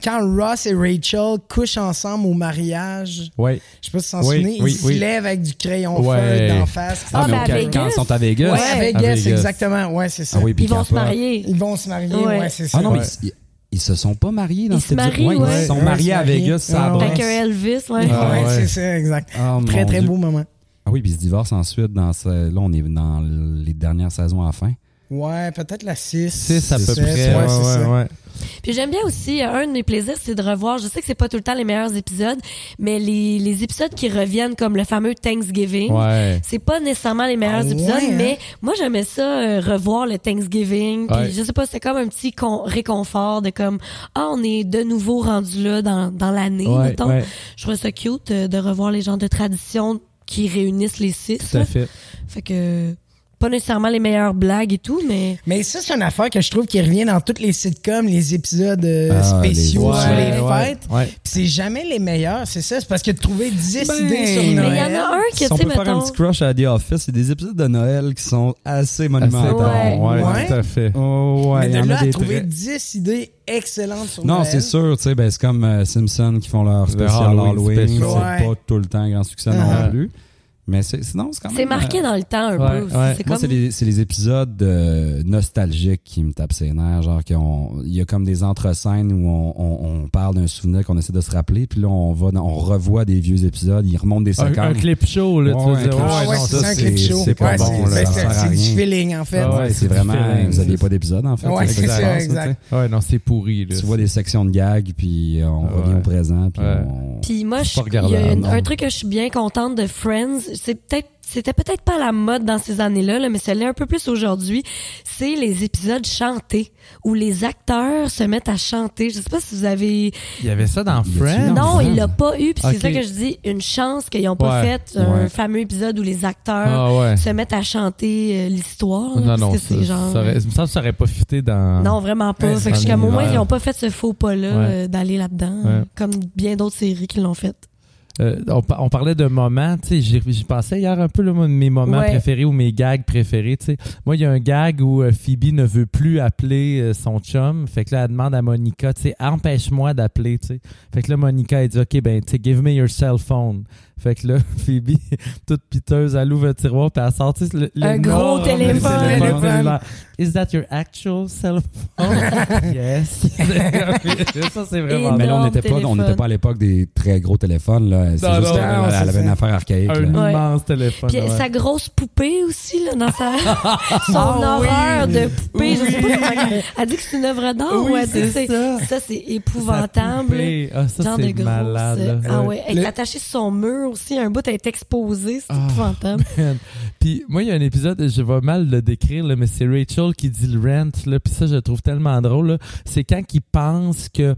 B: quand Ross et Rachel couchent ensemble au mariage.
D: Ouais.
B: Je sais pas si vous en
D: Oui,
B: souvenez,
D: oui,
B: ils se
D: oui.
B: lèvent avec du crayon
D: Ouais.
B: feuille d'en face.
C: Ah,
A: Ah, mais
C: mais
A: au-
C: à
A: quand-
C: Vegas.
A: quand ils sont à Vegas.
B: ouais, à Vegas,
A: À Vegas.
B: exactement. Ouais, c'est ça.
A: Ah oui, puis
C: Ils vont se
A: capotent.
C: marier.
B: Ils vont se marier,
C: Ouais.
B: ouais, c'est ça.
A: Ah non, mais
D: Ouais.
A: ils, ils- ils se sont pas mariés dans
C: Ils
A: cet
C: se
A: épisode.
C: marient,
A: Ouais,
C: ouais.
A: Ils se sont
B: Ouais,
A: mariés
B: ils se
A: à
B: marient.
A: Vegas, ça
B: Ah, ouais.
A: brosse.
C: Fait que Elvis, ouais.
D: Ah,
B: ouais,
D: ouais.
B: c'est ça, exact.
A: Ah, mon
B: Très, très
A: Dieu.
B: beau moment.
A: Ah oui, puis ils se divorcent ensuite. Dans ce- Là, on est dans les dernières saisons à la fin.
B: Ouais, peut-être la 6.
D: Six à peu
A: Six,
D: près.
B: Ouais,
D: ouais,
B: c'est ça.
D: ouais, ouais.
C: [LAUGHS] Puis j'aime bien aussi, euh, un de mes plaisirs, c'est de revoir. Je sais que c'est pas tout le temps les meilleurs épisodes, mais les, les épisodes qui reviennent, comme le fameux Thanksgiving.
D: Ouais.
C: C'est pas nécessairement les meilleurs
D: Ben
B: Ah ouais,
C: épisodes,
B: hein?
C: mais moi j'aimais ça euh, revoir le Thanksgiving. Puis
D: Ouais.
C: je sais pas, c'était comme un petit con- réconfort de comme ah on est de nouveau rendu là dans, dans l'année.
D: Ouais,
C: mettons.
D: ouais.
C: Je trouvais ça cute euh, de revoir les gens de tradition qui réunissent les six.
D: Tout à
C: là.
D: fait.
C: Fait que pas nécessairement les meilleures blagues et tout, mais
B: Mais ça, c'est une affaire que je trouve qui revient dans toutes les sitcoms, les épisodes euh,
A: Ah,
B: spéciaux
A: les-
B: sur
D: Ouais,
B: les
D: ouais,
B: fêtes.
D: ouais.
B: Puis c'est jamais les meilleurs, c'est ça. C'est parce que de trouver 10
A: Ben,
B: idées sur
A: mais
B: Noël.
C: mais il y en a un que
A: Si
C: tu
A: on
C: sais
A: peut faire un
C: mettons.
A: petit crush à The Office, c'est des épisodes de Noël qui sont assez monumentaux.
D: Assez bon, ouais,
B: Ouais.
D: tout à fait.
A: Oh, ouais,
B: Mais
A: il y
B: de
A: en
B: là
A: a
B: à
A: des
B: trouver
A: très-
B: 10 idées excellentes sur
A: Non,
B: Noël.
A: c'est sûr, tu sais, ben, c'est comme euh, Simpson qui font leur spécial
D: Halloween
A: Halloween.
D: special.
A: C'est
B: Ouais.
A: pas tout le temps un grand succès
D: Ah.
A: non plus. Mais c'est- sinon, c'est quand même.
C: C'est marqué
A: euh,
C: dans le temps un
D: Ouais,
C: peu. aussi.
D: ouais.
C: C'est
A: Moi,
C: comme
A: c'est les, c'est les épisodes euh, nostalgiques qui me tapent ses nerfs. Genre, qu'on- il y a comme des entre-scènes où on, on- on parle d'un souvenir qu'on essaie de se rappeler, puis là, on, va dans- on revoit des vieux épisodes, ils remontent des
D: Un,
A: séquences.
D: un clip show, là, tu
A: Ouais,
D: veux
A: ouais, un
D: dire.
A: clip
B: Ah
A: show.
B: ouais,
A: non,
B: c'est
A: ça,
B: ça, un clip
A: c'est-
B: show.
A: c'est pas
B: Ouais,
A: bon,
B: c'est- ben,
A: là,
B: c'est-
A: ça sert à
B: C'est du
A: rien.
B: feeling, en fait.
D: Ah
A: Ouais,
D: ouais, c'est
A: c'est vraiment.
D: différent.
A: Vous aviez pas d'épisode, en fait.
B: Ouais,
A: ça
D: c'est
A: qui
D: ça,
A: se passe,
B: exact.
A: tu sais.
D: Ouais, non, c'est pourri. Là.
A: Tu vois des sections de gags, puis euh, on
D: Ouais.
A: revient au présent, puis
D: Ouais.
A: on.
C: Puis moi,
D: C'est
C: je-
D: pas
C: il y a
D: regardable,
C: une- un
A: non.
C: truc que je suis bien contente de Friends, c'est peut-être c'était peut-être pas à la mode dans ces années-là, là, mais ça l'est un peu plus aujourd'hui. C'est les épisodes chantés où les acteurs se mettent à chanter. Je sais pas si vous avez.
D: Il y avait ça dans
A: Y a-tu-
C: Non,
D: Friends.
A: non.
C: il l'a pas eu. Puis
D: Ok.
C: c'est ça que je dis, une chance qu'ils ont pas
D: Ouais,
C: fait un
A: ouais.
C: fameux épisode où les acteurs
D: Ah ouais.
C: se mettent à chanter euh, l'histoire. là,
D: Non,
C: parce
D: non,
C: que
D: ça,
C: c'est genre. euh,
D: ça aurait, il me semble que ça aurait pas fité dans.
C: Non, vraiment pas.
D: Ouais,
C: fait que je
D: c'est
C: suis comme, au moins,
D: un
C: ils ont pas fait ce faux pas-là
D: Ouais.
C: euh, d'aller là-dedans,
D: Ouais.
C: euh, comme bien d'autres séries qui l'ont fait.
D: Euh, on, par- on parlait de moments, tu sais, j'y j'y pensais hier un peu là, moi, de mes moments
C: Ouais.
D: préférés ou mes gags préférés, tu sais. Moi, il y a un gag où euh, Phoebe ne veut plus appeler euh, son chum, fait que là, elle demande à Monica, tu sais, empêche-moi d'appeler, tu sais. Fait que là, Monica, elle dit, OK, ben, tu sais, give me your cell phone. Fait que là, [LAUGHS] Phoebe, toute piteuse, elle ouvre le tiroir, puis elle sort, tu sais, le,
C: Un
D: l'énorme
C: gros téléphone.
B: Téléphone.
D: cellulaire. Is that your actual cell
C: [LAUGHS]
D: phone? yes. [LAUGHS] ça, c'est vraiment
C: Et ben,
A: Mais là, on
C: Énorme
A: n'était pas, on
C: téléphone.
A: n'était pas à l'époque des très gros téléphones. Là. C'est
D: Non,
A: juste
D: non,
A: qu'elle
B: non,
A: elle
B: c'est
A: avait une
B: ça.
A: affaire archaïque.
D: un
A: là.
C: Ouais.
D: immense téléphone.
C: Puis
D: ouais.
C: sa grosse poupée aussi, là, dans
D: [LAUGHS]
C: sa... son
B: Ah oui.
C: horreur de poupée. Je sais pas comment
B: [LAUGHS]
C: elle- elle dit que c'est une œuvre d'art
D: Oui,
C: ou elle dit que c'est.
D: c'est ça.
C: Ça, c'est épouvantable.
D: Ah, ça,
C: Genre de
D: c'est
C: grosse.
D: malade. là.
C: Ah ouais, elle
B: Le-
C: est attachée sur son mur aussi. Un bout, elle est exposée. C'est
D: Ah.
C: épouvantable.
D: Man. Puis moi, il y a un épisode, je vais mal le décrire, là, mais c'est Rachel qui dit le rent. Là, puis ça, je le trouve tellement drôle. là. C'est quand ils pensent que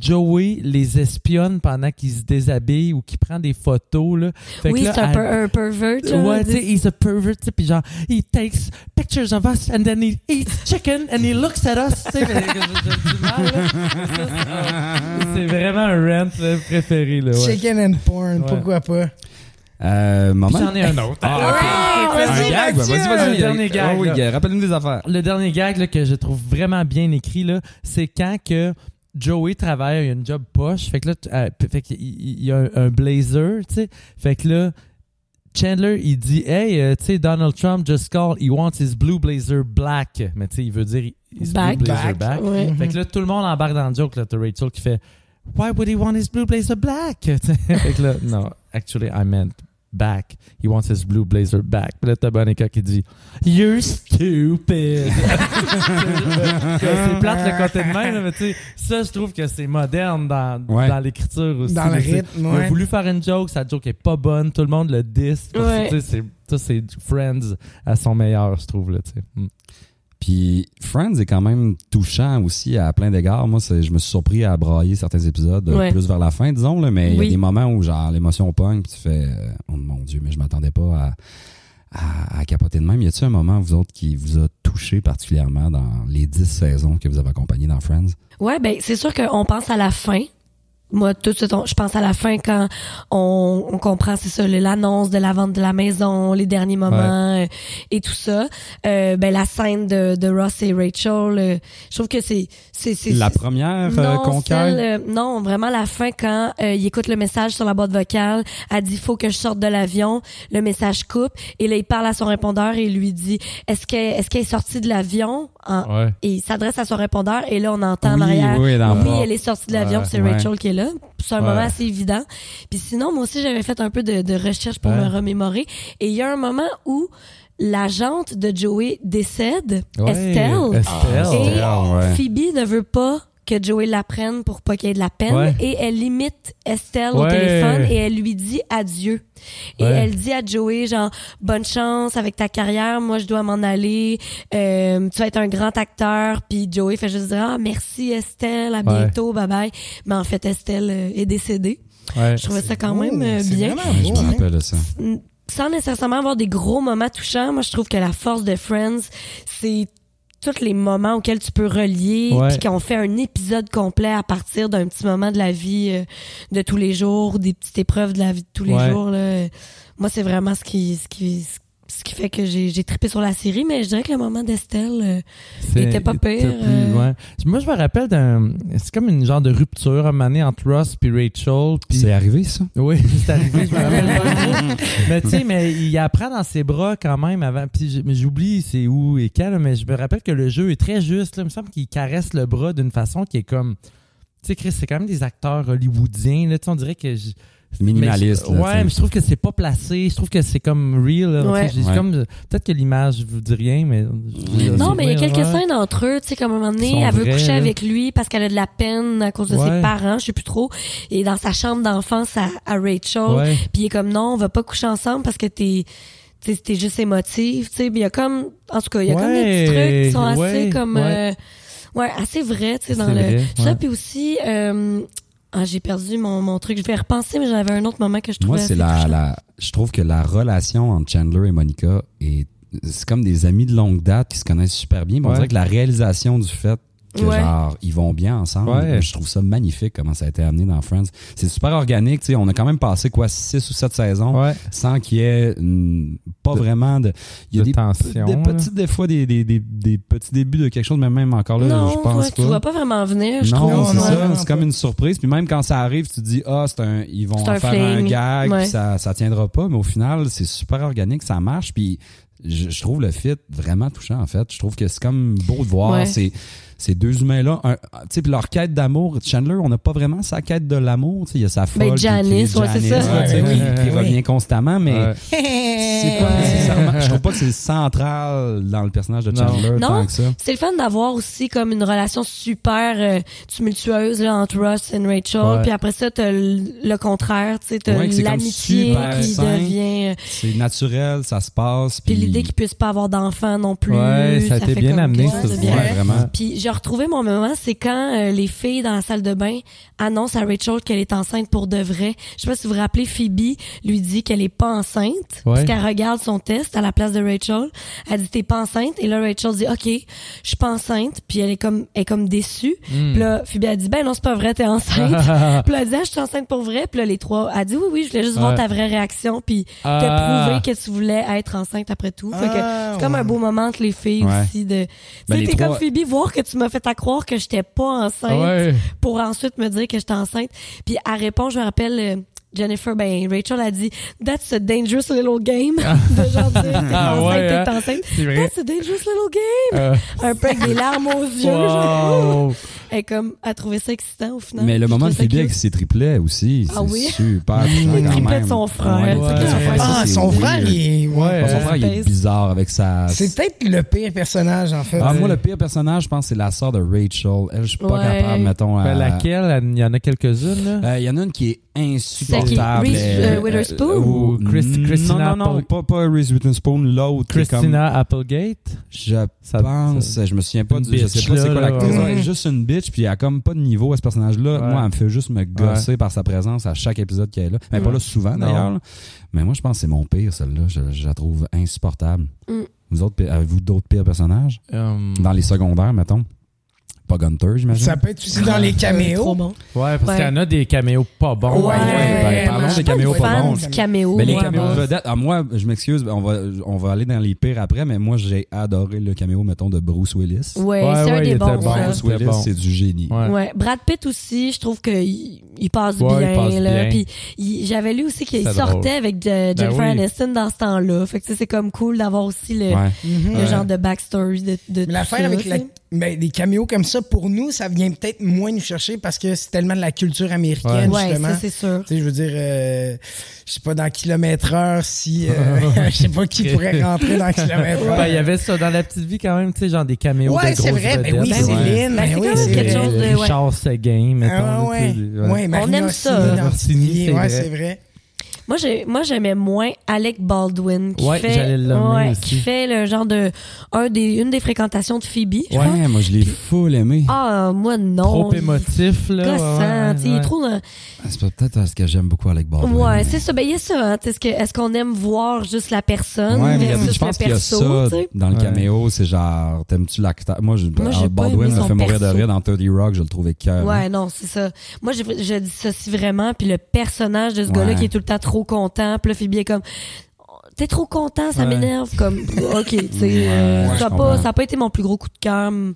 D: Joey les espionne pendant qu'ils se déshabillent ou qu'il prend des photos. Là. Fait que
C: oui,
D: là,
C: c'est un,
D: elle-
C: peu un pervert. là,
D: Ouais,
C: elle
D: tu
C: dit-
D: sais, he's a pervert, tu sais, pis genre, he takes pictures of us and then he eats chicken and he looks at us, tu sais, mais que je- je- du mal, là. Ça, c'est- C'est vraiment un rant là, préféré, là, ouais.
B: Chicken and porn,
D: Ouais.
B: pourquoi pas?
A: Euh,
D: Puis
A: maman.
D: j'en ai
C: [LAUGHS]
D: un autre.
B: Ah,
A: Un
B: vas-y,
A: gag,
B: Mathieu!
A: vas-y, vas-y.
D: Un dernier gag,
A: Ah oui,
D: là.
A: gars, rappelle-nous des affaires.
D: Le dernier gag là, que je trouve vraiment bien écrit, là, c'est quand que Joey travaille, il a une job poche, fait que là, tu- euh, p- fait qu'il- il il y a un, un blazer, tu sais, fait que là, Chandler, il dit, hey, euh, tu sais, Donald Trump just called, he wants his blue blazer black, mais tu sais, il veut dire his
C: Back.
D: blue blazer
B: Back.
D: back.
C: Ouais.
B: Mm-hmm.
D: Fait que là, tout le monde embarque dans le joke, là, t'as Rachel qui fait, why would he want his blue blazer black? [LAUGHS] Tu sais, fait que là, non, actually, I meant back. He wants his blue blazer back. Puis là, t'as Monica qui dit You're stupid. [LAUGHS] c'est plate le côté de même, là, mais tu sais, ça, je trouve que c'est moderne dans,
A: Ouais.
D: dans l'écriture aussi.
B: Dans le
D: là, tu sais.
B: rythme,
D: On a
B: ouais.
D: voulu faire une joke, sa joke est pas bonne, tout le monde le diss. parce que,
C: Ouais.
D: tu sais, c'est- Ça, c'est du Friends à son meilleur, je trouve. Là, tu sais. Mm.
A: Puis Friends est quand même touchant aussi à plein d'égards. Moi, c'est- je me suis surpris à brailler certains épisodes euh,
C: Ouais.
A: plus vers la fin, disons, là, mais il y
C: Oui.
A: a des moments où genre l'émotion pogne, puis tu fais euh, Oh mon Dieu, mais je m'attendais pas à, à, à capoter de même. Y a-t-il un moment, vous autres, qui vous a touché particulièrement dans les 10 saisons que vous avez accompagnées dans Friends?
C: Ouais, ben c'est sûr qu'on pense à la fin. Moi, tout de suite, on- je pense à la fin quand on, on comprend, c'est ça, le- l'annonce de la vente de la maison, les derniers moments euh, et tout ça. Euh, ben la scène de, de Ross et Rachel, euh, je trouve que c'est c'est c'est
A: La première euh,
C: non,
A: conquête?
C: celle, euh, non, vraiment la fin quand euh, il écoute le message sur la boîte vocale, elle dit faut que je sorte de l'avion, le message coupe et là il parle à son répondeur et il lui dit est-ce que est-ce qu'elle est sortie de l'avion En-
B: Ah.
D: Ouais.
C: et il s'adresse à son répondeur et là on entend en
A: Oui,
C: arrière
A: oui, dans le
C: oui,
A: bord.
C: elle est sortie de l'avion,
D: Ouais,
C: puis c'est
A: ouais.
C: Rachel qui est là. C'est un
D: Ouais.
C: moment assez évident. Puis sinon, moi aussi, j'avais fait un peu de, de recherche pour
D: Ouais.
C: me remémorer. Et il y a un moment où l'agente de Joey décède,
D: Ouais.
C: Estelle,
D: Estelle.
C: et
A: Estelle, Ah, ouais.
C: Phoebe ne veut pas que Joey l'apprenne pour pas qu'il y ait de la peine.
D: Ouais.
C: Et elle limite Estelle au
D: Ouais.
C: téléphone et elle lui dit adieu. Et
D: Ouais.
C: elle dit à Joey, genre, bonne chance avec ta carrière, moi je dois m'en aller, Euh, tu vas être un grand acteur. Puis Joey fait juste dire, ah, merci Estelle, à bientôt, bye bye. Mais en fait, Estelle euh, est décédée.
D: Ouais.
C: Je trouvais ça quand
B: beau,
C: même euh,
B: Oh, c'est
C: bien.
B: vraiment
A: Ouais, Ah, je
B: beau,
A: me
B: hein.
A: rappelle de ça.
C: Mm, sans nécessairement avoir des gros moments touchants, moi je trouve que la force de Friends, c'est tous les moments auxquels tu peux relier,
D: Ouais.
C: puis qu'on fait un épisode complet à partir d'un petit moment de la vie euh, de tous les jours, des petites épreuves de la vie de tous les
D: Ouais.
C: jours. là. Moi, c'est vraiment ce qui, ce qui, ce qui fait que j'ai, j'ai trippé sur la série, mais je dirais que le moment d'Estelle, euh,
D: C'est-
C: Il était pas pire,
D: était plus-
C: euh.
D: ouais. Moi, je me rappelle d'un. C'est comme une genre de rupture à un moment donné, entre Ross et Rachel. puis-
A: C'est arrivé, ça?
D: Oui, [LAUGHS] c'est arrivé, je
A: [LAUGHS]
D: me rappelle pas. mais tu sais, mais il apprend dans ses bras quand même avant. Puis j- mais j'oublie c'est où et quand, là, mais je me rappelle que le jeu est très juste. là. Il me semble qu'il caresse le bras d'une façon qui est comme. Tu sais, Chris, c'est quand même des acteurs hollywoodiens. Là, Tu sais, on dirait que. je-
A: Minimaliste,
D: mais je-
A: là, tu sais.
D: ouais, mais je trouve que c'est pas placé. Je trouve que c'est comme real. là.
C: Ouais.
D: Tu sais, j'ai
A: Ouais.
D: comme- Peut-être que l'image vous dit rien, mais.
C: Non, mais il y a quelques
D: Ouais.
C: scènes entre eux, tu sais, comme à un moment
D: Qui
C: donné,
D: sont
C: elle veut
D: vraies,
C: coucher
D: là.
C: avec lui parce qu'elle a de la peine à cause de
D: Ouais.
C: ses parents, je sais plus trop. Et dans sa chambre d'enfance à, à Rachel,
D: Ouais.
C: puis il est comme non, on va pas coucher ensemble parce que t'es tu sais, t'es juste émotive, tu sais, puis il y a comme en tout cas, il y a comme des petits trucs qui sont assez
D: Ouais, ouais,
C: comme euh,
D: ouais.
C: ouais, assez vrais, tu sais dans
D: C'est
C: le
D: vrai, ouais.
C: ça puis aussi euh, ah, j'ai perdu mon, mon truc, je vais repenser mais j'avais un autre moment que je
A: Moi,
C: trouvais
A: c'est
C: assez
A: la,
C: touchant.
A: la- Je trouve que la relation entre Chandler et Monica est. C'est comme des amis de longue date qui se connaissent super bien. mais On
D: Ouais.
A: dirait que la réalisation du fait que,
C: Ouais.
A: genre, ils vont bien ensemble,
D: Ouais.
A: je trouve ça magnifique comment ça a été amené dans Friends. C'est super organique. tu sais, On a quand même passé, quoi, six ou sept saisons
D: Ouais.
A: sans qu'il y ait une- pas
D: De-
A: vraiment de. Il y a
D: de
A: des,
D: tension,
A: des
D: là.
A: petits, des fois, des, des- des- des petits débuts de quelque chose, mais même encore là,
C: non,
A: je pense
C: ouais, tu vois pas vraiment venir, je
A: non,
C: trouve.
A: c'est
B: ouais.
A: ça.
B: Vraiment
A: C'est comme une surprise. Puis même quand ça arrive, tu te dis, ah, c'est un, ils vont
C: C'est
A: en
C: un
A: faire un
C: fling.
A: gag,
C: Ouais.
A: puis ça, ça tiendra pas. Mais au final, c'est super organique, ça marche. Puis je, je trouve le fit vraiment touchant, en fait. Je trouve que c'est comme beau de voir
C: Ouais.
A: ces, ces deux humains-là. un- Tu sais, puis leur quête d'amour. Chandler, on n'a pas vraiment sa quête de l'amour. Tu sais, il y a sa folle. qui- qui est
C: Ben, Janice, ouais, c'est
A: Janice,
C: ça.
A: là, tu sais,
D: Ouais.
A: qui- qui
B: Ouais.
A: revient constamment, mais.
D: Ouais.
A: C'est
C: Euh.
A: pas nécessairement. Je trouve pas que c'est central dans le personnage de
D: Non.
A: Chandler
C: Non.
A: tant que ça.
C: C'est le fun d'avoir aussi comme une relation super euh, tumultueuse là, entre Ross et Rachel.
D: Ouais.
C: Puis après ça, t'as le, le contraire, tu sais, t'as
A: Ouais, que c'est comme
C: l'amitié
A: super
C: qui
A: sain.
C: devient. euh,
A: C'est naturel, ça se passe.
C: Puis l'idée qu'ils puissent pas avoir d'enfants non plus.
D: Ouais, ça a été
C: fait
D: bien
C: comme
D: amené,
C: quelque chose
D: ça.
C: de bien.
A: Ouais,
C: [LAUGHS]
A: vraiment.
C: Puis j'ai retrouvé mon moment, c'est quand euh, les filles dans la salle de bain annoncent à Rachel qu'elle est enceinte pour de vrai. Je sais pas si vous vous rappelez, Phoebe lui dit qu'elle est pas enceinte,
D: Ouais.
C: puis qu'elle regarde son test à la place de Rachel. Elle dit t'es pas enceinte, et là Rachel dit ok, je suis pas enceinte, puis elle est comme elle est comme déçue. Puis là Phoebe a dit ben non c'est pas vrai t'es enceinte. puis là, elle dit ah, je suis enceinte pour vrai, puis là les trois elle dit oui oui je voulais juste voir
D: Ouais.
C: ta vraie réaction, puis
D: Ah.
C: te prouver que tu voulais être enceinte après tout. Fait que
B: Ah,
C: c'est comme
B: ouais.
C: un beau moment entre les filles
A: Ouais.
C: aussi de
A: Ben,
C: tu
A: les
C: sais, t'es
A: trois-
C: comme Phoebe, voir que tu m'as fait à croire que j'étais pas enceinte
D: Ouais.
C: pour ensuite me dire que j'étais enceinte. Puis elle répond, je me rappelle, euh, Jennifer, ben Rachel a dit That's a dangerous little game. [LAUGHS] de genre dire t'es
D: Ah,
C: enceinte,
D: ouais,
C: t'es
D: hein.
C: enceinte.
D: C'est vrai.
C: That's a dangerous little game.
D: Euh,
C: Un peu avec des larmes aux yeux. genre.
D: wow.
C: Elle est comme a trouvé ça excitant au final.
A: Mais le
C: Je
A: moment de
C: trouvais ça
A: Phoebe avec
C: cute.
A: ses triplets aussi, c'est
C: Ah oui?
A: super touchant
C: Les
A: quand
C: triplets
A: même.
C: de son frère,
A: Ouais, les
D: ouais.
A: triplets de son frère, ça,
B: Ah,
A: c'est
B: son
A: weird.
B: frère, il est... ouais.
A: Ouais, Son
D: Ouais.
A: frère, il est
C: Space.
A: bizarre avec
D: Ah,
A: sa...
B: C'est euh, peut-être le pire personnage, en fait.
A: Ah, moi, le pire personnage, je pense, c'est la sœur de Rachel. Elle, je suis pas
C: Ouais.
A: capable, mettons... à-
D: Ben, laquelle? Il y en a quelques-unes, là.
A: Euh, Il y en a une qui est insupportable.
C: Celle qui- Reese, euh, Witherspoon?
A: ou
D: Chris- Christina
A: Non, non, non,
D: Applegate.
A: pas, pas Reese Witherspoon, l'autre. qui est comme-
D: Christina Applegate.
A: Je
D: Ça-
A: pense,
D: ça-
A: je me souviens pas
D: une
A: du. je sais
D: bitch,
A: pas c'est
D: là,
A: quoi
D: là,
A: l'actrice.
B: ouais.
A: Elle est juste une bitch, puis elle a comme pas de niveau à ce personnage-là.
D: Ouais.
A: Moi, elle me fait juste me gosser par sa présence à chaque épisode qu'elle est là. Mais pas là souvent,
D: Non.
A: d'ailleurs. là. Mais moi, je pense que c'est mon pire, celle-là. Je, je la trouve insupportable.
C: Mm.
A: Vous autres, pi- avez-vous d'autres pires personnages?
D: Hum,
A: Dans les secondaires, mettons. Pas Gunter, j'imagine.
B: Ça peut être aussi dans les
C: Euh, Trop
B: caméos.
C: bon.
D: Ouais, parce
C: Ouais.
D: qu'il y en a des caméos pas bons.
B: Ouais,
A: ben, parlons
C: Je suis
A: des
C: pas une
A: caméos pas
C: fan
A: bons.
C: du caméo.
A: Mais les
C: moi, à
A: caméos
C: base.
A: de vedettes, ah, moi, je m'excuse, on va, on va aller dans les pires après, mais moi, j'ai adoré le caméo, mettons, de Bruce Willis.
C: Ouais,
D: Ouais,
C: c'est
D: ouais,
C: un
D: il
C: des
D: était
C: bons.
D: bon,
C: ça.
A: Bruce Willis,
D: bon.
A: c'est du génie.
D: Ouais.
C: Ouais. Brad Pitt aussi, je trouve qu'il il passe
D: Ouais, il
C: bien.
D: passe
C: là.
D: bien.
C: Puis il- j'avais lu aussi qu'il
D: C'est
C: sortait
D: drôle.
C: avec euh,
D: Ben
C: Jennifer
D: oui.
C: Aniston dans ce temps-là. Fait que tu sais, c'est comme cool d'avoir aussi le,
A: Ouais.
C: le genre de backstory de, de
B: Mais
C: tout
B: L'affaire
C: ça,
B: avec
C: tu
B: la-
C: sais.
B: Mais des caméos comme ça, pour nous, ça vient peut-être moins nous chercher parce que c'est tellement de la culture américaine,
C: Ouais,
B: justement.
C: ça, c'est sûr.
B: Tu sais, je veux dire, euh, je sais pas dans kilomètre heure si
D: [LAUGHS]
B: euh, je sais pas qui pourrait rentrer dans kilomètre
D: Ben, Il
B: heure.
D: y avait ça dans la petite vie quand même, tu sais, genre des caméos
B: ouais,
D: de grosses
B: c'est vrai.
D: vedettes.
B: Ben oui,
C: Ben
D: ouais.
B: Céline.
C: Ben,
B: Ben oui,
C: c'est quand même
B: c'est
C: quelque
B: vrai.
C: chose de- ouais.
D: Richard Seguin, mettons.
B: Ah,
D: là,
B: ouais.
D: tu sais,
B: Ouais, Marina
C: aime
B: aussi,
C: ça.
D: Martini,
B: Martini,
D: c'est
B: ouais,
D: vrai.
B: c'est vrai.
C: Moi, j'ai, moi, j'aimais moins Alec Baldwin qui
D: Ouais,
C: fait,
D: j'allais l'emmener aussi.
C: qui fait le genre de un des, une des fréquentations de Phoebe. je crois.
A: Ouais, moi, je l'ai full aimé.
C: Ah, moi non.
D: Trop
C: Il-
D: émotif, là.
C: gossant,
D: ouais,
C: tu sais, il est
D: ouais.
C: trop dans-
A: Ah, C'est peut-être parce que j'aime beaucoup Alec Baldwin.
C: Ouais,
A: mais-
C: c'est ça. Ben, il y a ça. hein. Est-ce que- est-ce qu'on aime voir juste la personne
A: Ouais, mais il y a-
C: versus
A: je pense
C: le
A: qu'il y a
C: perso?
A: ça
C: tu sais?
A: dans le
D: Ouais.
A: caméo, c'est genre, t'aimes-tu l'acteur? Moi, je,
C: Moi, j'ai
A: ah,
C: pas
A: Baldwin
C: aimé
A: m'a
C: son
A: fait mourir de
C: perso.
A: rire dans 30 Rock, je le trouvais cœur.
C: Ouais, non, c'est ça. Moi, je, je dissocie vraiment. Puis le personnage de ce
A: Ouais.
C: gars-là qui est tout le temps trop content. Puis là, Phoebe est comme... T'es trop content, ça
D: Ouais.
C: m'énerve. Comme, OK, tu sais,
A: Ouais,
C: euh, ça a
A: je
C: pas-
A: comprends.
C: ça n'a pas été mon plus gros coup de cœur. m-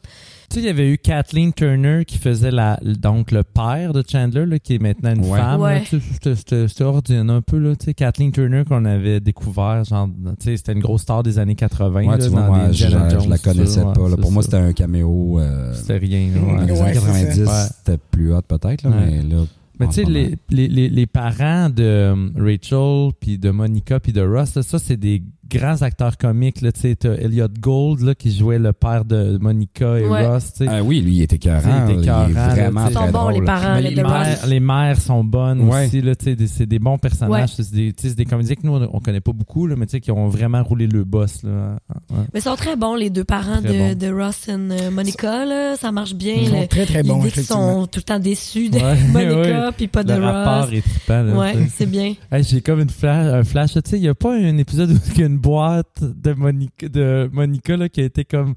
D: Tu sais, il y avait eu Kathleen Turner qui faisait la, donc le père de Chandler, là, qui est maintenant une
A: Ouais.
D: femme. là.
C: Ouais.
D: Tu sais, C'était c'était- c'était ordinaire un peu. Là, tu sais, Kathleen Turner qu'on avait découvert, genre, tu sais, c'était une grosse star des années 80.
A: Ouais,
D: là,
A: tu vois,
D: dans
A: moi,
D: les
A: je,
D: Indiana
A: je
D: Jones,
A: la
D: tout ça.
A: connaissais
D: Ouais,
A: pas. là.
D: c'est
A: Pour moi,
D: ça.
A: c'était un caméo. euh,
D: c'était rien. là, ouais.
A: dans les
B: Ouais,
A: années
B: c'est ça.
A: 90,
D: Ouais.
A: c'était plus hot peut-être, là,
D: Ouais.
A: mais là.
D: Mais
A: en
D: tu sais,
A: ce moment-
D: les, les, les, les parents de euh, Rachel, puis de Monica, puis de Ross, là, ça, c'est des grands acteurs comiques. là. Tu sais, t'as Elliot Gold là, qui jouait le père de Monica et
C: Ouais.
D: Ross. tu sais.
A: Ah oui, lui, il était
D: Tu
A: écœurant.
D: sais, il
A: Il,
D: était
A: est
D: écœurant,
A: vraiment
D: là, tu sais.
A: très
C: Sont bons, les
A: drôle.
C: parents,
D: Mais
C: là,
D: les,
C: de
D: mères,
C: Ross.
D: les mères sont bonnes
A: Ouais.
D: aussi. là, tu sais, des- C'est des bons personnages.
C: Ouais.
D: C'est des, tu sais, c'est des comédiens que nous, on on connaît pas beaucoup, là, mais tu sais, qui ont vraiment roulé le boss.
C: [LAUGHS]
D: Là. Ouais.
C: Mais ils sont très bons, les deux parents
D: Très
C: de,
D: bons.
C: de Ross et euh, Monica. Là, ça marche bien.
B: Ils
C: là.
B: sont très, très bons,
C: L'idée qu'ils [LAUGHS]
B: effectivement.
C: sont tout le temps déçus de
D: Ouais, [LAUGHS]
C: Monica, puis pas de
D: Le rapport
C: Ross.
D: est trippant. là,
C: Ouais,
D: tu sais.
C: c'est bien.
D: Hey, J'ai comme une flash, un flash. Tu sais, il n'y a pas un épisode où il y a une boîte de Monica, de Monica là, qui a été comme.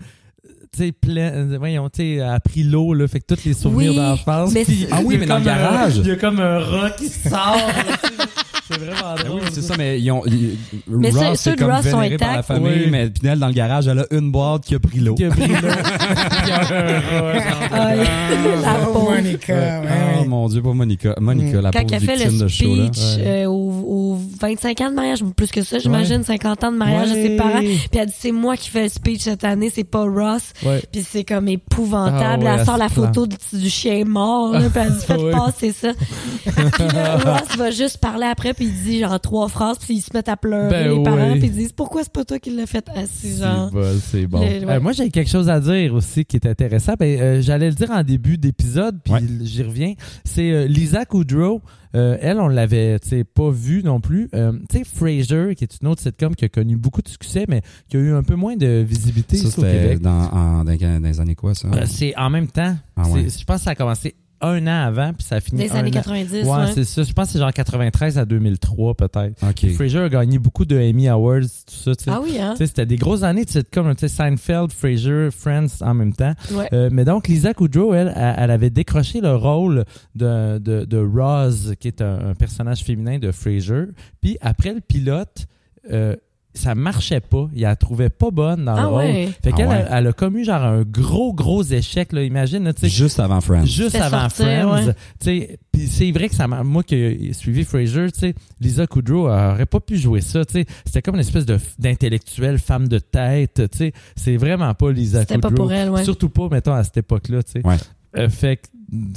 D: Tu sais, plein. euh, Voyons, tu sais, elle a pris l'eau, là. Fait que tous les souvenirs
C: Oui,
D: d'enfance.
C: mais c'est-
D: puis
A: Ah oui,
D: il y a
A: mais dans le
D: comme un-
A: garage.
D: Il y a comme un rat qui sort. là, tu
A: [LAUGHS]
D: sais. c'est vraiment
A: Ah
D: drôle.
A: oui, c'est ça, mais ils ont. ils-
C: Mais ceux-
A: Ross,
C: ceux
A: c'est
C: de
A: comme
C: Ross sont
A: vénéré par la
C: intacts.
A: famille,
D: Oui.
A: mais Pinel, dans le garage, elle a une boîte qui a pris l'eau.
D: Qui a pris
A: [LAUGHS]
D: l'eau. Puis il y a un rat. genre.
C: Ah, la
B: Oh,
C: pauvre.
B: Monica, ouais,
A: Oh
D: Ah,
B: ouais.
A: mon Dieu, pour Monica. Monica, la
C: Mm. Quand
A: pauvre
C: elle fait le
A: victime de show, là.
C: speech euh, aux, aux 25 ans de mariage, plus que ça, j'imagine, 50 ans de mariage de
D: Ouais.
C: ses parents, puis elle dit c'est moi qui fais le speech cette année, c'est pas Ross.
D: Ouais.
C: Puis c'est comme épouvantable.
D: Ah ouais,
C: elle sort
D: elle
C: la
D: se prend.
C: photo du, du chien mort, là, puis elle
D: [LAUGHS]
C: dit faites
D: Ouais.
C: passer ça. puis
D: [LAUGHS]
C: là, Ross va juste parler après, puis il dit genre trois phrases, puis ils se mettent à pleurer
D: Ben
C: les parents,
D: ouais.
C: puis ils disent pourquoi c'est pas toi qui l'as fait assis, genre.
D: C'est bon, c'est bon.
C: Le- ouais.
D: Euh, moi, j'ai quelque chose à dire aussi qui est intéressant. Ben, euh, J'allais le dire en début d'épisode, puis
A: Ouais.
D: j'y reviens. C'est euh, Lisa Kudrow. Euh, elle, on l'avait tu sais, pas vue non plus. Euh, tu sais, Frasier, qui est une autre sitcom qui a connu beaucoup de succès, mais qui a eu un peu moins de visibilité
A: Ça,
D: ici au
A: c'était
D: Québec.
A: dans, en- dans, dans les années quoi, ça?
D: Euh, c'est en même temps.
A: Ah ouais.
D: C'est- Je pense que ça a commencé un an avant, puis ça a fini
C: Des
D: un
C: années
D: an-
C: 90,
D: Ouais,
C: ouais.
D: c'est ça. Je pense que c'est genre 93 à 2003, peut-être.
A: OK.
D: Frasier a gagné beaucoup de Emmy Awards, tout ça. tu sais.
C: Ah oui, hein?
D: Tu sais, C'était des grosses années de sitcom, là, tu sais, Seinfeld, Frasier, Friends en même temps.
C: Ouais.
D: Euh, mais donc, Lisa Kudrow, elle, elle, elle avait décroché le rôle de, de, de Roz, qui est un, un personnage féminin de Frasier. Puis après le pilote, euh, ça marchait pas. Il la trouvait pas bonne dans le
C: Ah
D: rôle.
C: ouais.
D: Fait
A: Ah
D: qu'elle
A: ouais.
D: elle, a commis genre un gros, gros échec. Là. Imagine, là, tu sais,
A: Juste avant Friends.
D: juste
C: Ah, Fait
D: avant
C: sortir,
D: Friends.
C: ouais.
D: Tu sais, Puis c'est vrai que ça m'a- moi qui ai suivi Frasier, tu sais, Lisa Kudrow elle aurait pas pu jouer ça. tu sais. C'était comme une espèce de d'intellectuelle femme de tête. tu sais. C'est vraiment pas Lisa
C: C'était
D: Kudrow.
C: pas pour elle, ouais.
D: Surtout pas, mettons, à cette époque-là. tu sais.
A: Ouais.
D: Euh, fait que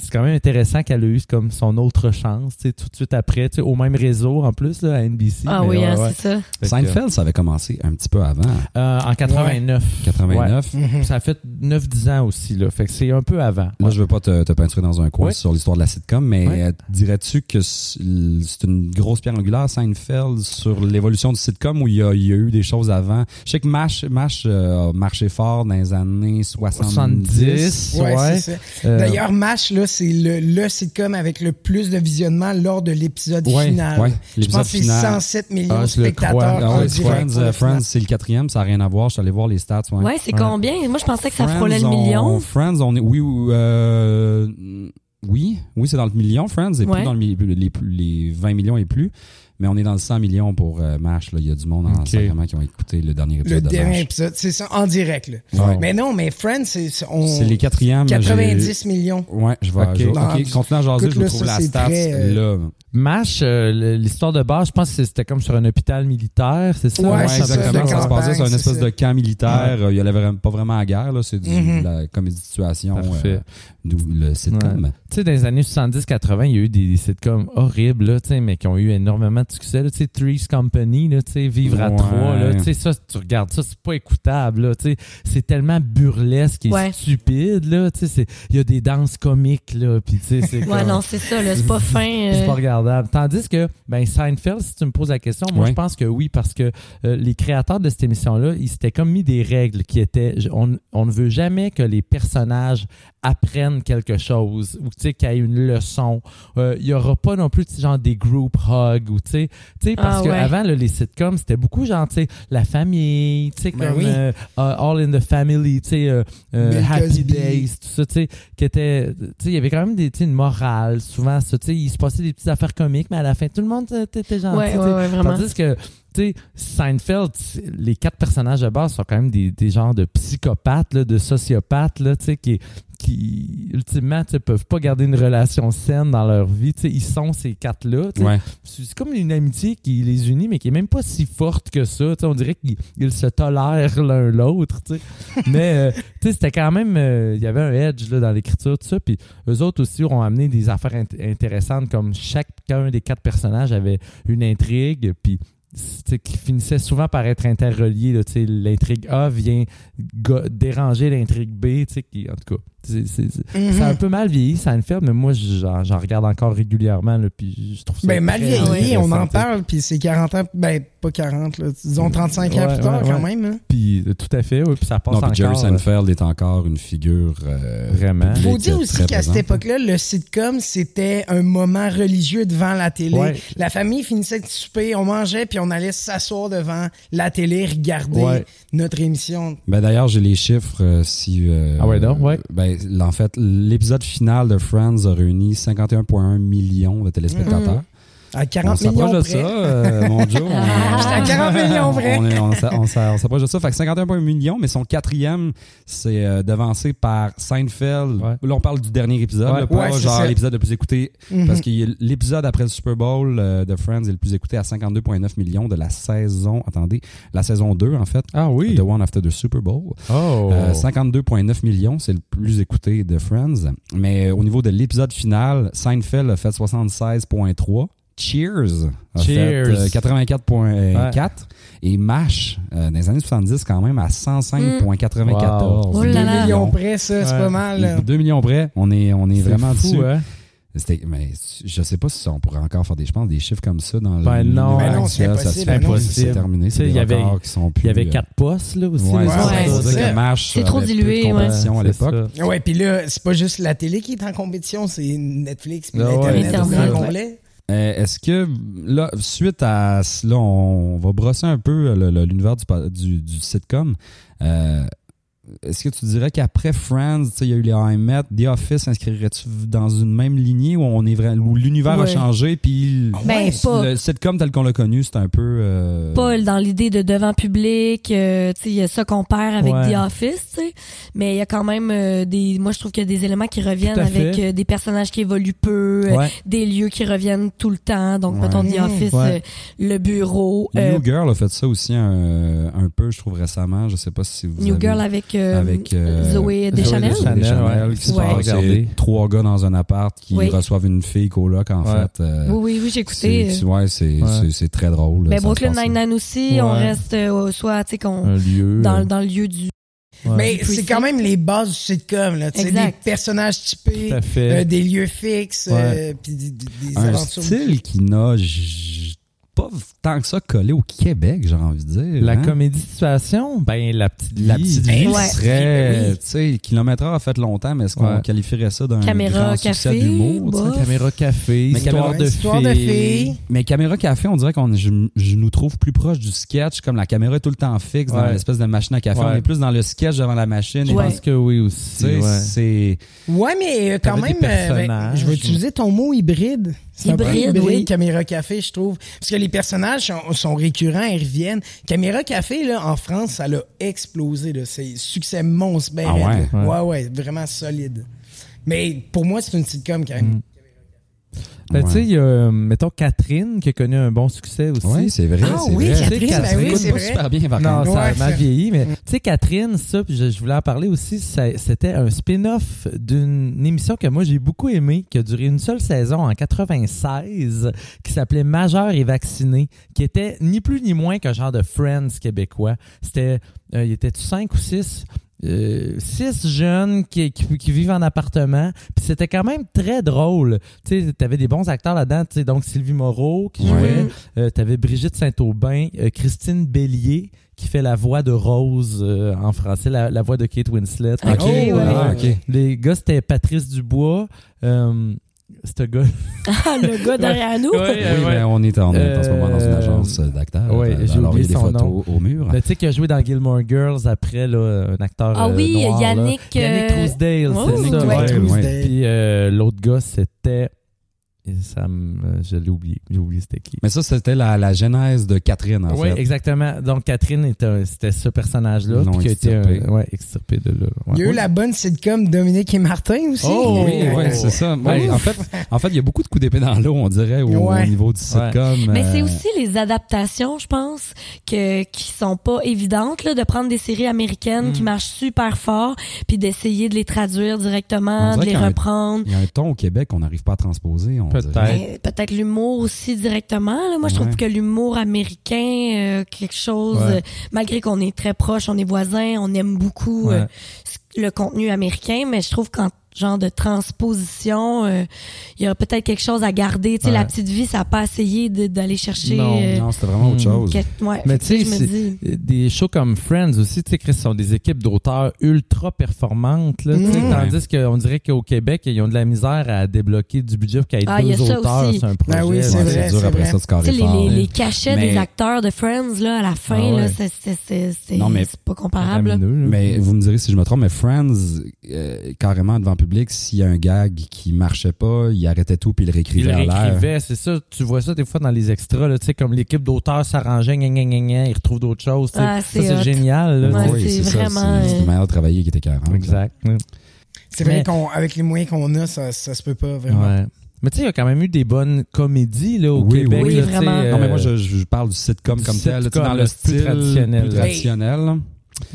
D: c'est quand même intéressant qu'elle a eu comme son autre chance tu sais, tout de suite après, tu sais, au même réseau en plus là, à NBC.
C: Ah
D: Mais
C: oui,
D: ouais,
C: hein,
D: ouais.
C: c'est ça.
D: Fait que,
A: Seinfeld, ça avait commencé un petit peu avant,
D: euh, en 89.
A: 89.
D: Ouais. Ça fait 9-10 ans aussi. Là. Fait que c'est un peu avant.
A: Moi, je veux pas te, te peinturer dans un coin
D: Ouais.
A: sur l'histoire de la sitcom, mais
D: Ouais.
A: euh, dirais-tu que c'est c'est une grosse pierre angulaire, Seinfeld, sur l'évolution du sitcom où il y, a, il y a eu des choses avant? Je sais que MASH, MASH euh, a marché fort dans les années 70.
D: 70.
B: Ouais,
D: ouais.
B: c'est ça.
D: Euh,
B: D'ailleurs, MASH, là, c'est le, le sitcom avec le plus de visionnement lors de l'épisode
D: Ouais,
B: final.
A: ouais,
B: je
A: l'épisode
B: pense que c'est
A: final.
B: 107 millions
D: Ah,
B: de
D: je le
B: spectateurs
D: crois. Ah
A: Ah
B: en
A: ouais,
B: direct.
A: Friends, euh, Friends, c'est le quatrième, ça n'a rien à voir. Je suis allé voir les stats. Ouais.
C: Ouais, c'est
D: Ouais.
C: combien? Moi, je pensais que ça
A: Friends,
C: frôlait le
A: on-
C: million.
A: Friends, on est. Oui, oui, euh, oui, oui, c'est dans le million, Friends, et
C: Ouais.
A: plus dans le mi- les, les 20 millions et plus. Mais on est dans le 100 millions pour euh, MASH. là. Il y a du monde en
D: Ok.
A: sacrement qui ont écouté le dernier
B: Le
A: épisode de
B: dernier
A: MASH.
B: épisode, c'est ça, en direct. là.
A: Ouais.
B: Mais non, mais Friends, c'est c'est- on-
A: C'est les quatrièmes. j'ai-
B: 90 millions.
A: Ouais, je vais.
D: Ok.
A: je vais-
B: Non,
A: ok,
B: tu-
A: continuez à jaser, je vous
B: écoute-le,
A: trouve
B: ça,
A: la
B: c'est
A: stats.
B: très, euh,
A: Là.
D: MASH, euh, le- l'histoire de base, je pense que c'était comme sur un hôpital militaire, c'est ça?
B: Ouais,
A: Ouais,
B: c'est ça,
A: exactement.
B: de
A: Ça se passait sur une
B: campagne,
A: espèce
B: c'est
A: de camp militaire. Euh, Il n'y allait vraiment- pas vraiment à la guerre. là. C'est du-
B: Mhm.
A: la comédie de situation.
D: Parfait.
A: euh, D'où le sitcom.
D: Tu sais, dans les années 70-80, il y a eu des, des sitcoms horribles, là, tu sais, mais qui ont eu énormément de succès. là. Tu sais, Three's Company, là, tu sais, Vivre à
A: Ouais.
D: trois, là, tu sais, ça, tu regardes ça, c'est pas écoutable. là, tu sais. C'est tellement burlesque et
C: Ouais.
D: stupide. Là, tu sais, c'est- il y a des danses comiques. Là, puis, tu sais, c'est
C: Ouais,
D: comme-
C: non, c'est ça, là, c'est pas fin.
D: C'est
C: euh,
D: pas regardable. Tandis que, ben, Seinfeld, si tu me poses la question, moi,
A: Ouais.
D: je pense que oui, parce que euh, les créateurs de cette émission-là, ils s'étaient comme mis des règles qui étaient je- on, on ne veut jamais que les personnages apprennent quelque chose ou tu sais, qu'il y ait une leçon. Euh, Il y n'y aura pas non plus tu sais, genre des group hugs ou tu sais, tu sais, parce
C: Ah,
D: que
C: ouais.
D: avant là, les sitcoms, c'était beaucoup genre, tu sais, la famille, tu sais,
B: Ben
D: comme
B: oui.
D: euh, uh, All in the Family, tu sais, euh, euh,
B: Bill
D: Happy
B: Cosby.
D: Days, tout ça, tu sais, qui était, tu sais, il y avait quand même des, tu sais, une morale, souvent, ça, tu sais, il se passait des petites affaires comiques, mais à la fin, tout le monde euh, était gentil,
C: Ouais,
D: tu
C: ouais,
D: sais.
C: ouais, vraiment.
D: Tandis que, tu sais, Seinfeld, c'est- les quatre personnages de base sont quand même des, des genres de psychopathes, là, de sociopathes, là, tu sais, qui, qui, ultimement, tu sais, peuvent pas garder une relation saine dans leur vie, tu sais, ils sont ces quatre-là, tu sais.
A: Ouais.
D: C'est c'est comme une amitié qui les unit, mais qui est même pas si forte que ça. Tu sais, on dirait qu'ils ils se tolèrent l'un l'autre. tu sais. mais euh, tu sais, c'était quand même. euh, Il y avait un edge là, dans l'écriture, tout ça. Puis eux autres aussi ont amené des affaires int- intéressantes, comme chacun des quatre personnages avait une intrigue. Puis tu sais, qui finissait souvent par être interrelié. là, tu sais, L'intrigue A vient go- déranger l'intrigue B. tu sais, Qui, en tout cas, c'est- c'est- c'est-
B: Mhm.
D: ça a un peu mal vieilli, Seinfeld, mais moi, j'en j'en regarde encore régulièrement, là, puis je trouve ça.
B: Ben, mal
D: très
B: vieilli, on en
D: intéressant,
B: parle, puis c'est 40 ans, ben, pas 40, là, disons 35 ans
D: Ouais,
B: plus tard,
D: ouais,
B: quand
D: ouais.
B: même. hein.
D: Puis euh, tout à fait, oui, puis ça passe
A: Non, puis Jerry
D: encore. euh,
A: Seinfeld est encore une figure. euh,
D: Vraiment.
A: publique,
B: Faut dire
A: euh,
B: aussi
A: très
B: qu'à cette
A: présente.
B: époque-là, le sitcom, c'était un moment religieux devant la télé.
D: Ouais.
B: La famille finissait de souper, on mangeait, puis on allait s'asseoir devant la télé, regarder
D: Ouais.
B: notre émission.
A: Ben d'ailleurs, j'ai les chiffres euh, si. euh,
D: Ah ouais, donc, ouais.
A: Ben, l- en fait, l'épisode final de Friends a réuni 51,1 millions
B: Mm-hmm.
A: de téléspectateurs.
B: À
A: On
B: 40 millions
A: s'approche de
B: près.
A: ça, euh, mon Joe. On-
B: [LAUGHS] J'étais à 40 millions près.
A: On est- On s'a- on s'a- on s'approche de ça. Fait que 51,1 millions, mais son quatrième, c'est euh, devancé par Seinfeld.
D: Ouais.
A: Là, on parle du dernier épisode,
D: Ouais.
A: là, pas
B: Ouais, c'est
A: genre
B: ça.
A: l'épisode le plus écouté.
B: Mhm.
A: Parce que l'épisode après le Super Bowl euh, de Friends est le plus écouté à 52,9 millions de la saison, attendez, la saison 2 en fait.
D: Ah oui.
A: The One After the Super Bowl.
D: Oh.
A: Euh, 52,9 millions, c'est le plus écouté de Friends. Mais euh, au niveau de l'épisode final, Seinfeld a fait 76,3. Cheers a
D: Cheers.
A: fait euh, 84,4. Et MASH, euh, dans les années 70, quand même, à 105,94.
D: Wow.
C: Oh là là.
B: 2 millions près, ça, c'est
D: Ouais.
B: pas mal. là.
A: 2 millions près, on est, on est,
D: C'est
A: vraiment
D: fou,
A: dessus.
D: hein?
A: C'était- Mais je sais pas si on pourrait encore faire des, je pense, des chiffres comme ça dans
D: Ben
A: le
D: non.
A: l'univers
D: Ben
B: non, c'est
A: actuel, ça se
B: impossible,
A: fait
B: ben non.
A: plus, c'est terminé.
D: Tu sais,
A: C'est
D: il y
A: des
D: avait-
A: records qui sont plus.
D: Il y avait
A: euh,
D: quatre postes, là, aussi.
A: Ouais,
D: les
A: c'est
D: autres,
A: ça,
C: Ouais,
A: pour
B: c'est
A: dire
B: ça.
A: que MASH
C: C'est trop
A: avait peu de
C: dilué, ouais.
A: compétition à
D: c'est
A: l'époque.
D: ça.
B: Ouais, puis là, c'est pas juste la télé qui est en compétition, c'est Netflix, puis
D: Ah ouais,
B: l'Internet
C: Internet,
B: au grand
C: ouais.
B: complet.
A: Euh, Est-ce que, là, suite à cela, on va brosser un peu euh, le- le- l'univers du, pa- du, du sitcom. Euh, Est-ce que tu dirais qu'après Friends, tu sais, il y a eu les I Met, The Office, inscrirais-tu dans une même lignée où on est vraiment, où l'univers a
C: Ouais.
A: changé, puis le-
C: Ben, pas.
A: le sitcom tel qu'on l'a connu, c'est un peu. euh,
C: pas dans l'idée de devant public, euh, tu sais, il y a ça qu'on perd avec
D: Ouais.
C: The Office, tu sais, mais il y a quand même euh, des, moi je trouve qu'il y a des éléments qui reviennent
D: Tout à
C: avec
D: fait.
C: euh, des personnages qui évoluent peu, euh,
D: Ouais.
C: des lieux qui reviennent tout le temps, donc
A: Ouais.
C: mettons The
B: Mmh.
C: Office,
D: Ouais.
C: euh, le bureau,
A: New
C: euh,
A: Girl a fait ça aussi un, un peu, je trouve, récemment. Je sais pas si vous
C: New
A: avez-
C: Girl avec, euh,
A: avec euh,
C: Zoé
D: Deschanel.
C: Deschanel.
A: Zoé Deschanel,
D: Ouais.
A: qui se
C: Ouais.
A: passe,
D: Regardez.
A: c'est trois gars dans un appart qui
C: Oui.
A: reçoivent une fille coloc en
D: Ouais.
A: fait. euh,
C: Oui, oui, oui, j'ai écouté.
A: c'est- c'est- ouais, c'est
D: Ouais.
A: c'est- c'est très drôle. ça
C: Mais
A: se
C: Ben, Brooklyn
A: passe là.
C: Nine-Nine aussi, on
D: Ouais.
C: reste euh, soit, tu sais, qu'on,
D: Un lieu.
A: Hmm.
C: dans, dans le lieu du...
D: Ouais.
B: Mais
C: Du
B: c'est
C: preset.
B: quand même les bases du sitcom, là. Tu sais, des
C: Exact.
B: personnages typés,
D: Tout à fait.
B: euh, des lieux fixes,
D: Ouais.
B: euh, puis des, des- des
A: Un
B: aventures.
A: style qui n'a j- pas tant que ça collé au Québec, j'ai envie de dire.
D: La
A: hein.
D: comédie de situation, ben, la petite
A: La
D: vie.
A: petite
B: Ben,
A: vie
C: ouais.
A: serait,
B: Oui.
A: tu sais, kilomètre heure a fait longtemps, mais est-ce qu'on
D: Ouais.
A: qualifierait ça d'un
C: Caméra,
A: grand succès
C: café,
A: d'humour? tu sais?
C: bof.
D: Caméra café,
A: Mais
D: histoire,
A: caméra-
D: de
B: histoire de filles.
A: Mais caméra café, on dirait qu'on je, je nous trouve plus proche du sketch, comme la caméra est tout le temps fixe dans
D: Ouais.
A: l'espèce de machine à café.
D: Ouais.
A: On est plus dans le sketch devant la machine.
D: Je
A: Et
C: Ouais.
D: pense que oui
A: tu
D: aussi.
A: sais,
D: ouais.
A: c'est
B: Ouais, mais euh, quand
D: T'avais
B: même,
D: des
B: euh, ben,
D: personnages.
B: je veux utiliser ton mot hybride. C'est un peu
C: Hybride, oui.
B: Caméra Café, je trouve. Parce que les personnages sont, sont récurrents, ils reviennent. Caméra Café, là, en France, ça l'a explosé, là. C'est succès monstre, ben
A: Ah
B: raide,
D: ouais?
A: Mm.
B: là. ouais, ouais, vraiment solide. Mais pour moi, c'est une sitcom, quand même.
D: Ben, Tu sais,
A: Ouais.
D: il y a, euh, mettons, Catherine qui a connu un bon succès aussi.
A: Oui, c'est vrai.
B: Ah
A: c'est
B: oui,
A: vrai.
B: Catherine,
A: Ça
B: ben oui,
A: s'écoute
B: c'est
A: pas
B: vrai.
A: super bien, par
D: Non,
A: contre.
D: ça
B: Ouais, ça-
D: m'a vieilli, mais tu sais, Catherine, ça, puis je, je voulais en parler aussi, ça- c'était un spin-off d'une émission que moi j'ai beaucoup aimée, qui a duré une seule saison en 96, qui s'appelait Majeur et vacciné, qui était ni plus ni moins qu'un genre de Friends québécois. C'était, euh, il était cinq ou six? euh, six jeunes qui, qui- qui vivent en appartement. Puis c'était quand même très drôle. Tu avais des bons acteurs là-dedans. tu sais, Donc Sylvie Moreau qui jouait,
A: Ouais.
D: euh, T'avais Brigitte Saint-Aubin, euh, Christine Bélier qui fait la voix de Rose euh, en français, la, la voix de Kate Winslet.
C: Ok,
A: Oh,
C: ouais.
A: ah, ok.
D: Les gars, c'était Patrice Dubois. Euh, ce gars.
C: Ah,
A: [LAUGHS]
C: le gars derrière nous.
A: oui, mais on est en, on est en ce moment dans une
D: Euh,
A: agence d'acteurs.
D: ouais,
A: Euh, alors, il
D: j'ai
A: y a
D: oublié
A: des
D: son
A: photos
D: nom. Ben,
A: au mur.
D: Mais Tu sais, qui a joué dans Gilmore Girls après, là, un acteur.
C: Ah
D: euh,
C: oui,
D: noir, là.
C: Yannick, euh,
D: Yannick Trousdale,
C: oh,
D: c'est
C: Yannick
D: ça.
A: Ouais,
B: Tuesday.
A: ouais.
D: Puis euh, l'autre gars, c'était. Ça me- Je l'ai oublié. J'ai oublié c'était qui.
A: Mais ça, c'était la, la genèse de Catherine, en
D: oui,
A: fait.
D: exactement. Donc, Catherine, était un- c'était ce personnage-là.
A: Ils l'ont
D: puis qui a été
A: extirpé.
D: un- ouais, extirpé de là. Ouais.
B: Il y a eu la bonne sitcom Dominique et Martin aussi.
D: Oh,
A: oui,
D: Oh.
A: ouais, c'est ça. Ouais,
D: Ouf.
A: en fait, en fait, il y a beaucoup de coups d'épée dans l'eau, on dirait, au, au
B: Ouais.
A: niveau du sitcom.
C: Mais
A: euh,
C: c'est aussi les adaptations, je pense, que, qui sont pas évidentes, là, de prendre des séries américaines
A: Hmm.
C: qui marchent super fort, puis d'essayer de les traduire
A: On
C: directement,
A: dirait
C: de les
A: qu'il y a un-
C: reprendre.
A: Il y a un ton au Québec qu'on n'arrive pas à transposer. on
D: Peut-être.
A: dirait.
C: Mais Peut-être l'humour aussi directement. là. Moi, je trouve
A: Ouais.
C: que l'humour américain, euh, quelque chose,
D: Ouais.
C: euh, malgré qu'on est très proches, on est voisins, on aime beaucoup
D: Ouais.
C: euh, ce- le contenu américain, mais je trouve qu'en genre de transposition, euh, il y a peut-être quelque chose à garder. Tu sais,
D: Ouais.
C: La petite vie, ça n'a pas essayé de- d'aller chercher...
D: Non,
C: euh,
A: Non, c'était vraiment autre
D: Hmm.
A: chose.
C: quelque- ouais.
D: Mais
C: Fait que,
D: tu sais,
C: je me
D: c'est-
C: dis-
D: Des shows comme Friends aussi, tu sais, Chris, sont des équipes d'auteurs ultra performantes, là, tu sais,
A: Mm.
B: Mhm.
D: tandis qu'on dirait qu'au Québec, ils ont de la misère à débloquer du budget pour qu'il y ait
C: Ah, il y a
D: deux
C: ça
D: auteurs
C: aussi.
D: sur un projet.
B: Ben oui,
A: Ouais,
B: c'est vrai,
A: dur
B: c'est
A: après
B: vrai.
A: ça de se carrer
C: Tu sais, les,
A: fort.
C: les- les cachets
A: Mais-
C: des acteurs de Friends là, à la fin,
D: Ah ouais.
C: là, c'est- c'est- c'est c'est-
A: Non, mais-
C: c'est pas comparable. là.
D: Faramineux, là.
A: Mais vous me direz si je me trompe, mais Friends, euh, carrément devant le public, s'il y a un gag qui marchait pas, il arrêtait tout puis il le
D: il
A: réécrivait
D: le
A: à l'air.
D: réécrivait, c'est ça. Tu vois ça des fois dans les extras, là, tu sais, comme l'équipe d'auteurs s'arrangeait, gna, gna, gna, gna, ils retrouvent d'autres choses. tu sais.
C: Ah,
D: ça,
C: c'est
D: c'est
C: hot.
D: génial. là,
C: Ouais,
D: tu sais.
A: Ben Oui,
C: c'est
A: ça,
C: vraiment,
A: C'est c'est une
C: euh,
A: manière de travailler qui était carrément.
D: Exact. ouais.
B: C'est vrai
D: Mais-
B: qu'on avec les moyens qu'on a, ça, ça se peut pas vraiment.
D: Ouais. Mais tu sais, il y a quand même eu des bonnes comédies là, au
A: Oui,
D: Québec.
A: oui.
D: là,
C: Oui,
D: tu sais,
C: vraiment.
D: euh,
A: Non, mais moi, je, je parle du sitcom
D: Du
A: comme tel, là, tu sais,
D: sitcom,
A: dans
D: là,
A: le
D: plus
A: style
D: traditionnel,
A: plus
D: là.
A: traditionnel, là.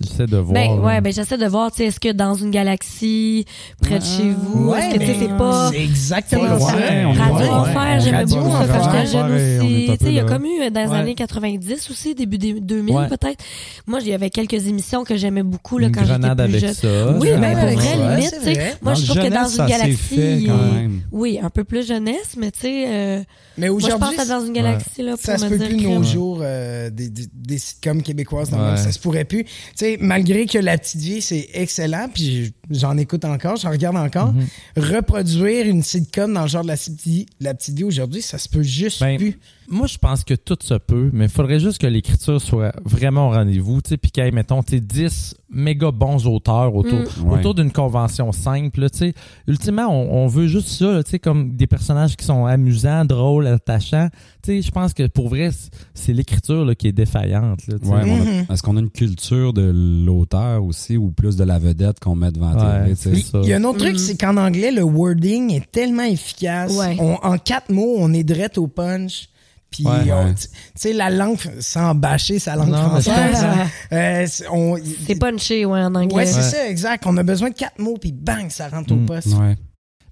D: J'essaie de voir. euh,
C: Ben,
D: là.
C: ouais, ben j'essaie de voir, tu sais, est-ce que dans une galaxie, près de chez vous, est-ce que tu sais,
B: mais
C: c'est pas.
B: C'est exactement
C: c'est-
B: ça.
A: Ouais, on est
C: Radio
A: loin, ouais.
C: Enfer, j'aimais
B: Radio
C: beaucoup ça quand
B: Enfer.
C: j'étais jeune
A: On est
C: aussi.
A: un peu
C: Tu sais, il y a
A: là.
C: comme eu euh, dans les
D: Ouais.
C: années 90 aussi, début des 2000
D: Ouais.
C: peut-être. Moi, il y avait quelques émissions que j'aimais beaucoup là,
D: Une
C: quand j'étais
D: grenade
C: plus
D: avec
C: jeune.
D: ça.
C: Oui,
B: Une grenade
C: mais pour vrai,
B: avec ça.
C: limite,
B: Ouais,
C: tu
B: c'est
C: sais,
B: vrai.
C: moi,
A: le
C: je trouve que dans
A: jeunesse, ça
C: une
A: s'est
C: galaxie,
A: fait quand
C: euh,
A: même.
C: oui, un peu plus jeunesse, mais tu sais, euh,
B: Mais
C: moi, je pense
B: aujourd'hui,
C: que dans une galaxie, là, pour
B: ça se
C: me
B: peut
C: dire
B: plus
C: que-
B: de nos jours euh, des, des, des sitcoms québécoises dans le
D: Ouais.
B: même, ça se pourrait plus. Tu sais, malgré que La Petite Vie c'est excellent, puis j'en écoute encore, j'en regarde encore, reproduire une sitcom dans le genre de La Petite Vie, la petite vie aujourd'hui, ça se peut juste
D: Ben,
B: plus.
D: Moi, je pense que tout se peut, mais il faudrait juste que l'écriture soit vraiment au rendez-vous, tu sais, puis qu'il y ait, mettons, tu sais, 10 méga bons auteurs autour,
C: Mm.
A: Ouais.
D: autour d'une convention simple, là, tu sais. Ultimement, on, on veut juste ça, là, tu sais, comme des personnages qui sont amusants, drôles, attachants. Tu sais, je pense que pour vrai, c- c'est l'écriture là, qui est défaillante, là, tu sais.
C: Mm-hmm.
A: Ouais, on a-
B: Mhm.
A: Est-ce qu'on a une culture de l'auteur aussi ou plus de la vedette qu'on met devant la
D: Ouais,
A: télé, tu sais?
D: c'est ça.
B: Il y a un autre truc,
C: Mhm.
B: c'est qu'en anglais, le wording est tellement efficace.
C: Ouais.
B: On- en quatre mots, on est direct au punch. Puis,
D: Ouais.
B: on-
A: Ouais.
B: tu tu sais, la langue, sans bâcher sa langue
D: Non, mais je
B: française,
C: comprends.
B: euh, c'est- on-
C: c'est punché, ouais, en anglais.
B: Ouais, c'est
D: Ouais.
B: ça, exact. On a besoin de quatre mots, puis bang, ça rentre
D: Mm.
B: au poste.
A: Ouais.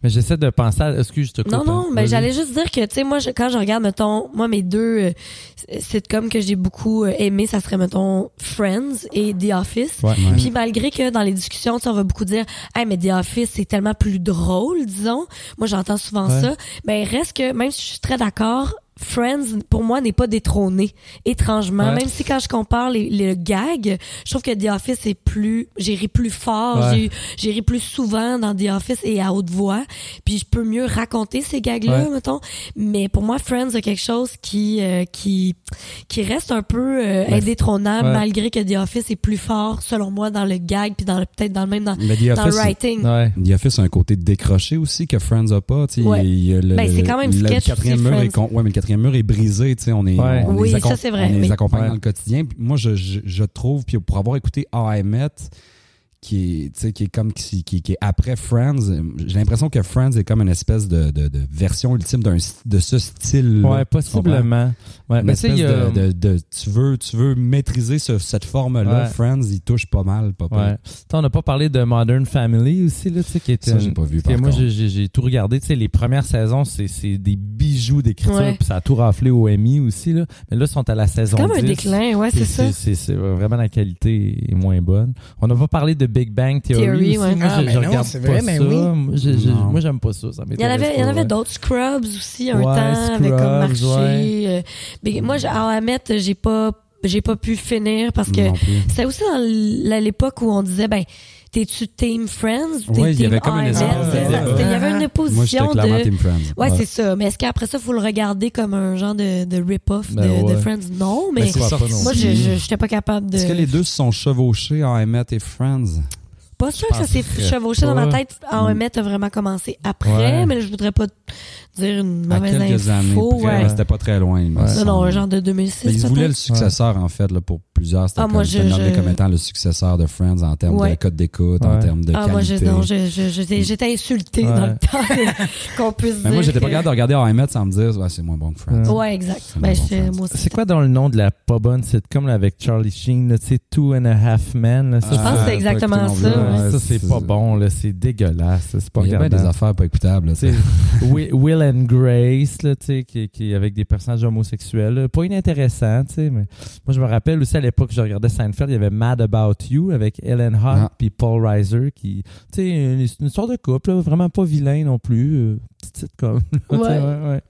D: Mais j'essaie de penser à... Excuse, je te coupe.
C: Non, non,
D: hein.
C: ben
D: Vas-y.
C: j'allais juste dire que, tu sais, moi, je- quand je regarde, mettons, moi, mes deux euh, sitcoms que j'ai beaucoup euh, aimé, ça serait, mettons, Friends et The Office.
D: Ouais.
C: Puis malgré que dans les discussions, tu sais, on va beaucoup dire, hey, mais The Office, c'est tellement plus drôle, disons. Moi, j'entends souvent
D: Ouais.
C: ça. Ben, reste que, même si je suis très d'accord, Friends, pour moi, n'est pas détrôné, étrangement.
D: Ouais.
C: Même si quand je compare les, les gags, je trouve que The Office est plus... J'ai ri plus fort,
D: Ouais.
C: j'ai- j'ai ri plus souvent dans The Office et à haute voix. Puis je peux mieux raconter ces gags-là,
D: Ouais.
C: mettons. Mais pour moi, Friends a quelque chose qui euh, qui qui reste un peu euh,
D: Ouais.
C: indétrônable
D: Ouais.
C: malgré que The Office est plus fort, selon moi, dans le gag puis dans le- peut-être dans le même dans,
A: Mais The
C: dans le
A: Office,
C: writing.
D: Ouais.
A: The Office a un côté décroché aussi que Friends a pas. tu sais.
C: Ouais.
A: Il y a le-
C: Ben, c'est quand même
A: le
C: sketch
A: quatrième
C: aussi,
A: mur est
C: Friends.
A: con- ouais, mais le quatrième mur est brisé. tu sais, On, est,
D: Ouais.
A: on
C: Oui,
A: les,
C: ça,
A: accom-
C: c'est vrai,
A: on les
C: oui.
A: accompagne
D: Ouais.
A: dans le quotidien. Puis moi, je, je, je trouve, puis pour avoir écouté How I Met, qui est, tu sais, qui est comme qui, qui- qui est après Friends. J'ai l'impression que Friends est comme une espèce de, de- de version ultime d'un st- de ce style.
D: Ouais, possiblement. Ouais, mais tu sais, il y a- euh,
A: tu veux tu veux maîtriser ce- cette forme là.
D: Ouais.
A: Friends, il touche pas mal, pas
D: Ouais.
A: mal.
D: Tu sais, on n'a pas parlé de Modern Family aussi, là, tu sais, qui est
A: Ça
D: une-
A: j'ai pas vu
D: Parce que
A: par
D: moi,
A: contre.
D: j'ai- j'ai j'ai tout regardé. Tu sais, les premières saisons, c'est c'est des bijoux d'écriture.
C: Ouais.
D: Puis ça a tout raflé au Emmy aussi. Là. Mais là, ils sont à la saison
C: Comme un
D: 10,
C: déclin, ouais,
D: puis
C: c'est ça.
D: c'est- C'est vraiment la qualité est moins bonne. On n'a pas parlé de Big Bang Theory.
C: Theory,
D: aussi.
C: ouais.
D: Moi,
B: Ah,
D: je,
B: mais
D: je
B: non,
D: regarde
B: c'est
D: pas
B: vrai,
D: ça.
B: mais oui.
D: Moi, j'ai- j'ai-
A: Non.
D: moi, j'aime pas ça. ça
C: Il y en
D: m'intéresse
C: avait, il y en
D: pas,
C: avait
D: ouais.
C: d'autres Scrubs aussi, un
D: Ouais,
C: temps, avec comme
D: Scrubs,
C: marché.
D: ouais.
C: euh, mais moi, j'ai- à Ahmed, j'ai pas, j'ai pas pu finir parce que
A: Non plus.
C: c'est aussi dans l- à l'époque où on disait, ben, t'es-tu Team Friends ou t'es
A: Ouais, il y
C: Team
A: avait comme une
C: AMET?
A: espèce
C: C'est
D: de
C: ça,
D: débat.
C: c'était- Il y avait une
A: Moi, j'étais
C: opposition
A: clairement
C: de.
A: Team Friends.
C: Ouais, c'est ça. Mais est-ce qu'après ça, faut le regarder comme un genre de, de rip-off
D: Ben
C: de, de
D: ouais.
C: Friends? Non,
A: Ben,
D: Mais
C: mais
D: c'est pas non
C: moi,
D: plus.
C: je je- j'étais pas capable de.
A: Est-ce que les deux se sont chevauchés en Emmett et Friends?
C: Pas sûr que ça s'est
D: penserais
C: chevauché dans
D: pas.
C: ma tête. Ah AMET a vraiment commencé après,
D: Ouais.
C: mais je voudrais pas dire une
A: à
C: mauvaise
A: quelques années.
C: info.
A: près,
C: ouais.
A: mais C'était pas très loin. il me
D: Ouais.
C: Non,
A: semble.
C: non, un genre de 2006.
A: Mais ils
C: peut-être.
A: voulaient le successeur, en fait, là, pour plusieurs. C'était
C: Ah,
A: comme,
C: moi,
A: c'était
C: je-
A: nommé
C: je-
A: comme étant le successeur de Friends en termes de
C: Ouais.
A: code d'écoute, en
D: Ouais.
A: termes de
C: Ah, moi, je-
A: qualité.
C: non, je- je- j'étais j'étais insultée
D: Ouais.
C: dans le temps [LAUGHS] qu'on puisse dire.
A: mais moi, j'étais pas
C: que-
A: capable de regarder Ahmed sans me dire, Ouais, c'est moins bon que Friends.
D: Ouais.
C: Ouais, exact.
A: C'est
C: Ben,
A: bon,
C: c'est-
A: bon,
C: moi aussi.
D: C'est quoi dans le nom de la pas bonne sitcom là, avec Charlie Sheen, là, tu sais, Two and a Half Men? Là, ça,
A: Ah,
C: pense que c'est
A: pas
C: exactement
A: écouté
C: ça,
A: non
D: Ouais,
A: plus.
D: ça, c'est pas bon, là, c'est dégueulasse, ça, c'est pas
A: Il y a bien des
D: regardable.
A: affaires pas écoutables. là, tu sais.
D: Wi- Will and Grace, là, tu sais, qui, qui est avec des personnages homosexuels, là. pas inintéressant, tu sais, mais moi je me rappelle aussi à l'époque je regardais Seinfeld, il y avait Mad About You avec Ellen Hunt
A: Ah.
D: puis Paul Reiser qui, tu sais, une, une histoire de couple, là, vraiment pas vilain non plus, euh, petite sitcom, là, tu sais,
C: Ouais.
D: ouais, ouais.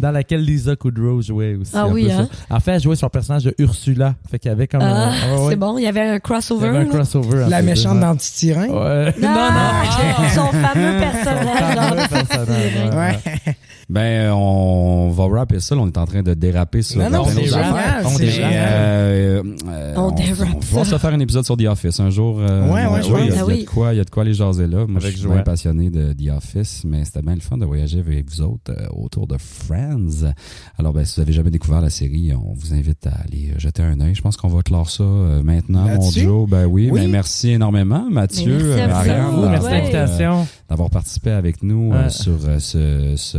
D: dans laquelle Lisa Kudrow jouait aussi.
C: Ah
D: un
C: oui,
D: peu
C: hein?
D: ça. En fait, elle jouait son personnage de Ursula, fait qu'il y avait comme
C: Ah,
D: un- ouais, ouais.
C: c'est bon, il y avait un
D: Il y
C: crossover.
D: avait un
C: là.
D: crossover. entre
B: La
D: les deux,
B: méchante
D: ouais.
B: dans Petit Tyrin.
D: Ouais.
C: Non, non,
D: ah,
C: [LAUGHS] son fameux
D: son
C: personnage.
D: fameux personnage, ouais, ouais.
B: [LAUGHS] Ouais.
A: Ben, on va rapper ça. là. On est en train de déraper sur
B: Non, non,
A: plein
D: on
B: c'est
A: d'autres
D: dérape,
A: affaires.
B: génial.
D: on
B: c'est
D: dérape.
B: génial.
A: Euh, euh,
C: On dérape
A: on va
C: ça.
A: se faire un épisode sur The Office un jour. euh,
B: Ouais, ouais, je
A: oui, il y a- il
C: pense. Ah
A: y a
C: oui.
A: de quoi, il y a de quoi les jaser là. Moi,
D: Avec
A: je suis
D: Joël.
A: bien passionné de The Office, mais c'était bien le fun de voyager avec vous autres euh, autour de Friends. Alors, ben, si vous avez jamais découvert la série, on vous invite à aller euh, jeter un œil. Je pense qu'on va clore ça euh, maintenant, mon
B: Là-dessus?
A: Joe. Ben oui,
B: Oui.
A: mais merci énormément, Mathieu,
C: Mais merci à
A: euh,
C: vous
D: Ah,
A: Ariane,
C: autres.
D: Merci de
A: d'avoir,
C: Ouais.
A: euh,
D: l'invitation.
A: d'avoir participé avec nous euh,
D: Ouais.
A: sur euh, ce, ce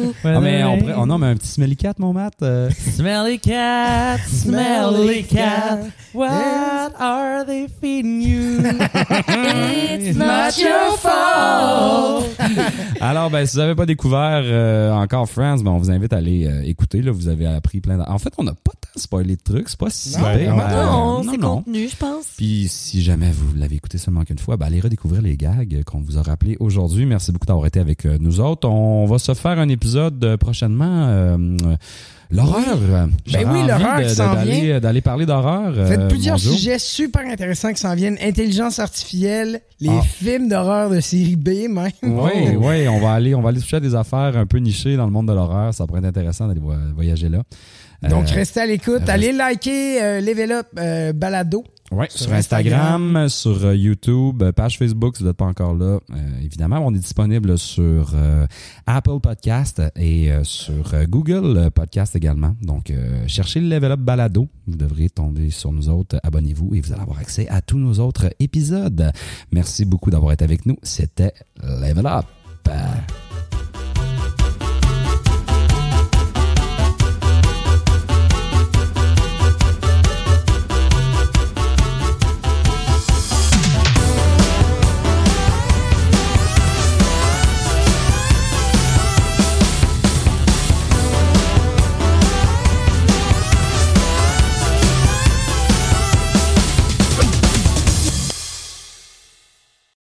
A: Ah, mais on, pourrait- oh non, mais un petit smelly cat, mon Matt. euh.
D: Smelly [LAUGHS] cat, smelly cat, what are they feeding [LAUGHS] you?
C: It's not your fault.
A: [LAUGHS] Alors, ben, si vous n'avez pas découvert euh, encore Friends, ben, on vous invite à aller euh, écouter. Là, vous avez appris plein de... En fait, on n'a pas tant spoilé de trucs. C'est pas si
B: Non,
A: pire,
D: non,
A: mais, euh,
C: non,
A: non,
C: c'est
A: non.
C: contenu, je pense.
A: Puis, si jamais vous l'avez écouté seulement qu'une fois, ben, allez redécouvrir les gags qu'on vous a rappelés aujourd'hui. Merci beaucoup d'avoir été avec euh, nous autres. On va se faire un épisode euh, prochainement. euh, euh, L'horreur. J'avais
B: Ben oui,
A: envie
B: l'horreur
A: de-
B: qui
A: de-
B: s'en
A: d'aller- euh, D'aller parler d'horreur. euh,
B: Faites plusieurs
A: mon Joe.
B: sujets super intéressants qui s'en viennent. Intelligence artificielle, les
A: Ah.
B: films d'horreur de série B même.
A: Oui, oui, on va aller, on va aller toucher à des affaires un peu nichées dans le monde de l'horreur. Ça pourrait être intéressant d'aller vo- voyager là. Euh,
B: Donc, restez à l'écoute.
A: reste-
B: Allez liker euh, Level Up euh, Balado.
A: ouais,
B: sur
A: sur Instagram, sur euh, YouTube, euh, page Facebook, si vous n'êtes pas encore là, euh, évidemment, on est disponible sur euh, Apple Podcast et euh, sur euh, Google Podcast également. Donc, euh, cherchez le Level Up Balado. Vous devrez tomber sur nous autres. Abonnez-vous et vous allez avoir accès à tous nos autres épisodes. Merci beaucoup d'avoir été avec nous. C'était Level Up.